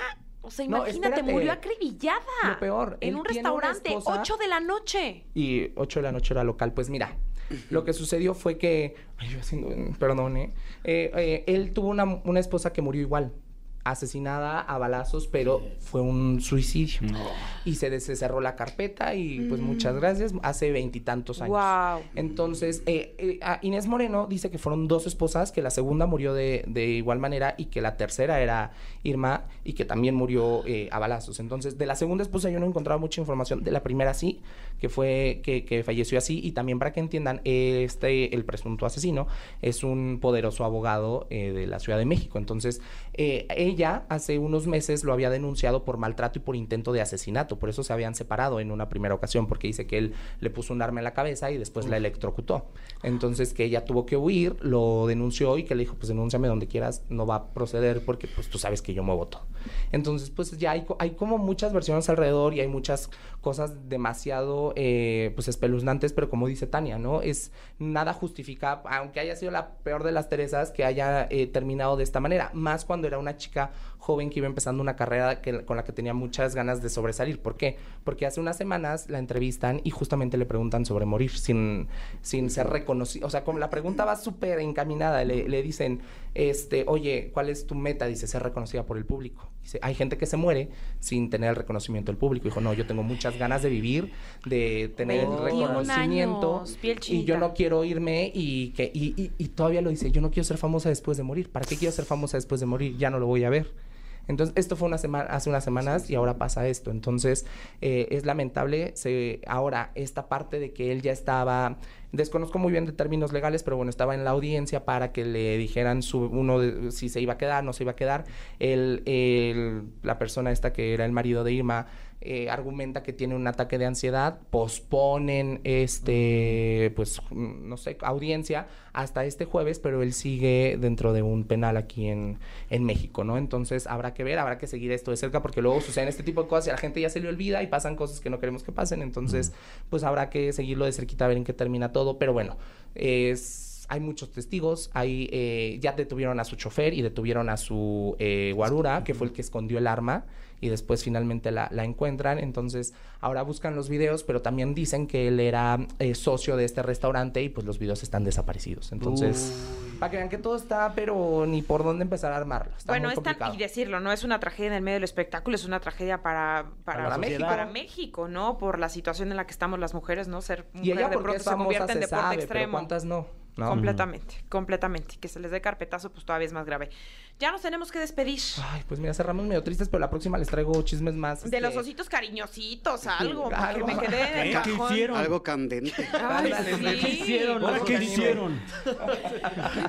S2: O sea,
S9: No,
S2: imagínate,
S9: espérate.
S2: murió acribillada.
S9: Lo peor,
S2: En
S9: él
S2: un
S9: tiene una
S2: restaurante,
S9: esposa-
S2: 8 de la noche.
S9: y 8 de la noche era local. Pues mira, lo que sucedió fue que, ay, yo haciendo, perdón, ¿eh? Eh, eh, él tuvo una, una esposa que murió igual, asesinada a balazos, pero fue un suicidio. Y se des- se cerró la carpeta y pues muchas gracias, hace veintitantos años.
S2: Guau.
S9: Entonces, eh, eh, a Inés Moreno dice que fueron dos esposas, que la segunda murió de, de igual manera y que la tercera era Irma y que también murió eh, a balazos. Entonces, de la segunda esposa yo no he encontrado mucha información, de la primera sí, que fue que, que falleció así. Y también para que entiendan, eh, este, el presunto asesino es un poderoso abogado eh, de la Ciudad de México. Entonces, eh, ella hace unos meses lo había denunciado por maltrato y por intento de asesinato. Por eso se habían separado en una primera ocasión, porque dice que él le puso un arma en la cabeza y después la electrocutó. Entonces, que ella tuvo que huir, lo denunció y que le dijo, pues denúnciame donde quieras, no va a proceder porque pues tú sabes que yo muevo todo. Entonces, pues ya hay, co- hay como muchas versiones alrededor y hay muchas cosas demasiado, eh, pues espeluznantes, pero como dice Tania, ¿no? Es nada justifica, aunque haya sido la peor de las Teresas, que haya eh, terminado de esta manera. Más cuando era una chica joven que iba empezando una carrera que- con la que tenía muchas ganas de sobresalir. ¿Por qué? Porque hace unas semanas la entrevistan y justamente le preguntan sobre morir sin, sin ser reconocido. O sea, como la pregunta va súper encaminada, le, le dicen, este, oye, ¿cuál es tu meta? Dice, ser reconocida por el público. Dice, hay gente que se muere sin tener el reconocimiento del público. Dijo, no, yo tengo muchas ganas de vivir, de tener el
S2: 21
S9: reconocimiento.
S2: años, piel
S9: y
S2: chinita.
S9: yo no quiero irme y que y, y- y todavía lo dice, yo no quiero ser famosa después de morir. ¿Para qué quiero ser famosa después de morir? Ya no lo voy a ver. Entonces, esto fue una semana, hace unas semanas y ahora pasa esto. Entonces, eh, es lamentable. Se, ahora, esta parte de que él ya estaba, desconozco muy bien de términos legales, pero bueno, estaba en la audiencia para que le dijeran su, uno de- si se iba a quedar, no se iba a quedar. El, el- la persona esta que era el marido de Irma eh, argumenta que tiene un ataque de ansiedad, posponen este, pues, mm, no sé, audiencia hasta este jueves, pero él sigue dentro de un penal aquí en, en México, ¿no? Entonces habrá que ver, habrá que seguir esto de cerca porque luego suceden este tipo de cosas y a la gente ya se le olvida y pasan cosas que no queremos que pasen, entonces pues habrá que seguirlo de cerquita a ver en qué termina todo, pero bueno, es... Hay muchos testigos, hay, eh, ya detuvieron a su chofer y detuvieron a su eh, guarura, que fue el que escondió el arma y después finalmente la, la encuentran. Entonces, ahora buscan los videos, pero también dicen que él era eh, socio de este restaurante y pues los videos están desaparecidos. Entonces, para que vean que todo está, pero ni por dónde empezar a armarlo. Está
S2: bueno,
S9: muy
S2: es tan-
S9: complicado.
S2: y decirlo, no es una tragedia en el medio del espectáculo, es una tragedia para, para,
S9: Para la
S2: México.
S9: sociedad.
S2: para México, ¿no? Por la situación en la que estamos las mujeres, ¿no? Ser mujer
S9: Y ella
S2: de
S9: porque
S2: pronto
S9: es
S2: se
S9: famosa
S2: convierte en
S9: se
S2: deporte
S9: sabe, pero
S2: extremo.
S9: cuántas no. ¿no?
S2: Completamente, completamente. Que se les dé carpetazo, pues todavía es más grave. Ya nos tenemos que despedir.
S9: Ay, pues mira, cerramos medio tristes, pero la próxima les traigo chismes más.
S2: De
S9: este,
S2: los ositos cariñositos, algo,
S9: Sí,
S2: para que
S9: algo.
S2: me quedé en el
S3: ¿Qué? ¿Qué
S2: cajón.
S3: hicieron?
S2: *laughs*
S7: Algo candente.
S2: Ay,
S9: Ándale,
S2: sí.
S9: ¿qué hicieron?
S3: ¿Ahora
S9: Los
S3: qué
S9: organismos.
S3: hicieron?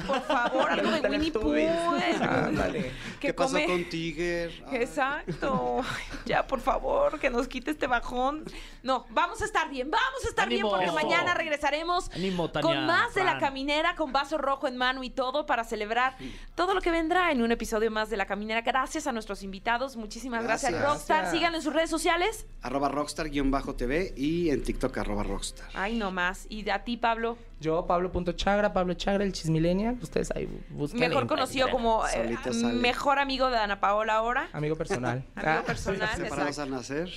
S2: Por favor, algo de
S9: Pregúntale a
S2: Winnie Pooh. eh.
S9: Tubis. Ándale.
S2: Que
S7: ¿Qué pasó
S2: come-
S7: con Tiger? Ah.
S2: *laughs* Exacto. Ya, por favor, que nos quite este bajón. No, vamos a estar bien, vamos a estar
S5: Ánimo.
S2: bien porque
S5: Eso.
S2: mañana regresaremos
S5: Ánimo, Tania,
S2: con más de la
S5: Fran.
S2: caminera, con vaso rojo en mano y todo para celebrar todo lo que vendrá en un episodio más de la caminera. Gracias a nuestros invitados, muchísimas gracias,
S7: Gracias.
S2: Rockstar.
S9: Gracias.
S2: Síganlo en sus redes sociales.
S7: Arroba rockstar-tv y en TikTok arroba rockstar.
S2: Ay, no más. Y a ti, Pablo,
S9: Yo, Pablo.chagra, Pablo Chagra, el chismilenial. Ustedes ahí busquen.
S2: mejor conocido como eh,
S7: Solito sale. Ah,
S2: mejor amigo de Ana Paola ahora.
S9: Amigo personal.
S2: *laughs* Amigo
S9: Ah.
S2: personal,
S7: Separados
S2: exacto.
S7: al nacer.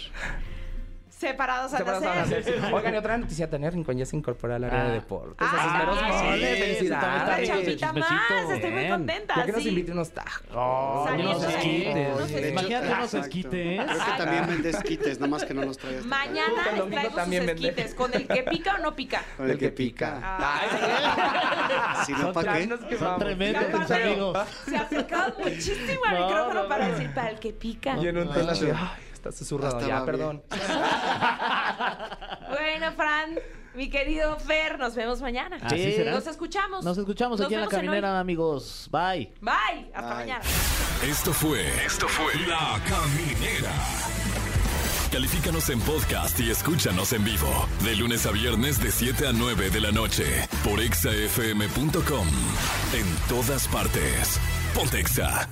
S2: Separados al
S9: Separados van a
S2: nacer.
S9: hacer, sí. Oigan, y otra noticia, Tania Rincón ya se incorporó al área de
S5: Ah.
S9: deportes.
S2: Ah,
S9: Así, pero
S2: sí,
S9: sí,
S5: sí,
S2: Otra
S5: Ay,
S9: felicidades.
S2: chapita más,
S5: chismecito,
S2: estoy muy
S5: bien.
S2: contenta.
S9: Ya que nos
S2: sí.
S9: invite unos tajos.
S5: Oh,
S2: Saliendo
S5: unos
S2: de aquí,
S5: esquites.
S2: unos esquites.
S5: Imagínate
S7: Exacto.
S5: unos esquites.
S7: Creo que también vendes quites, nada más que no los este traigas.
S2: Mañana
S9: El
S2: les
S9: domingo
S2: traigo sus
S9: también vende.
S2: esquites. ¿Con el que pica o no pica?
S7: Con el que pica. Si no,
S5: Son
S7: ¿para
S5: tre-
S7: qué?
S9: nos quemamos.
S5: Son tremendos tus
S2: Aparte,
S5: amigos.
S2: Se ha picado muchísimo al
S5: No,
S2: micrófono
S5: no, no.
S2: para decir, para el que pica.
S9: Y en un tono así,
S7: Ay,
S9: ay, está susurrado.
S7: hasta
S9: Ya,
S7: va bien.
S9: perdón.
S2: Bueno, Fran, mi querido Fer, nos vemos mañana.
S9: Ah,
S5: Así será.
S2: Nos escuchamos.
S5: Nos escuchamos
S2: Nos
S5: aquí en la
S2: vemos hoy.
S5: caminera, amigos. Bye.
S2: Bye, hasta
S7: Bye.
S2: mañana.
S1: Esto fue. Esto fue. La Caminera. Califícanos en podcast y escúchanos en vivo. De lunes a viernes, de 7 a 9 de la noche. Por exafm.com. En todas partes. Pontexa.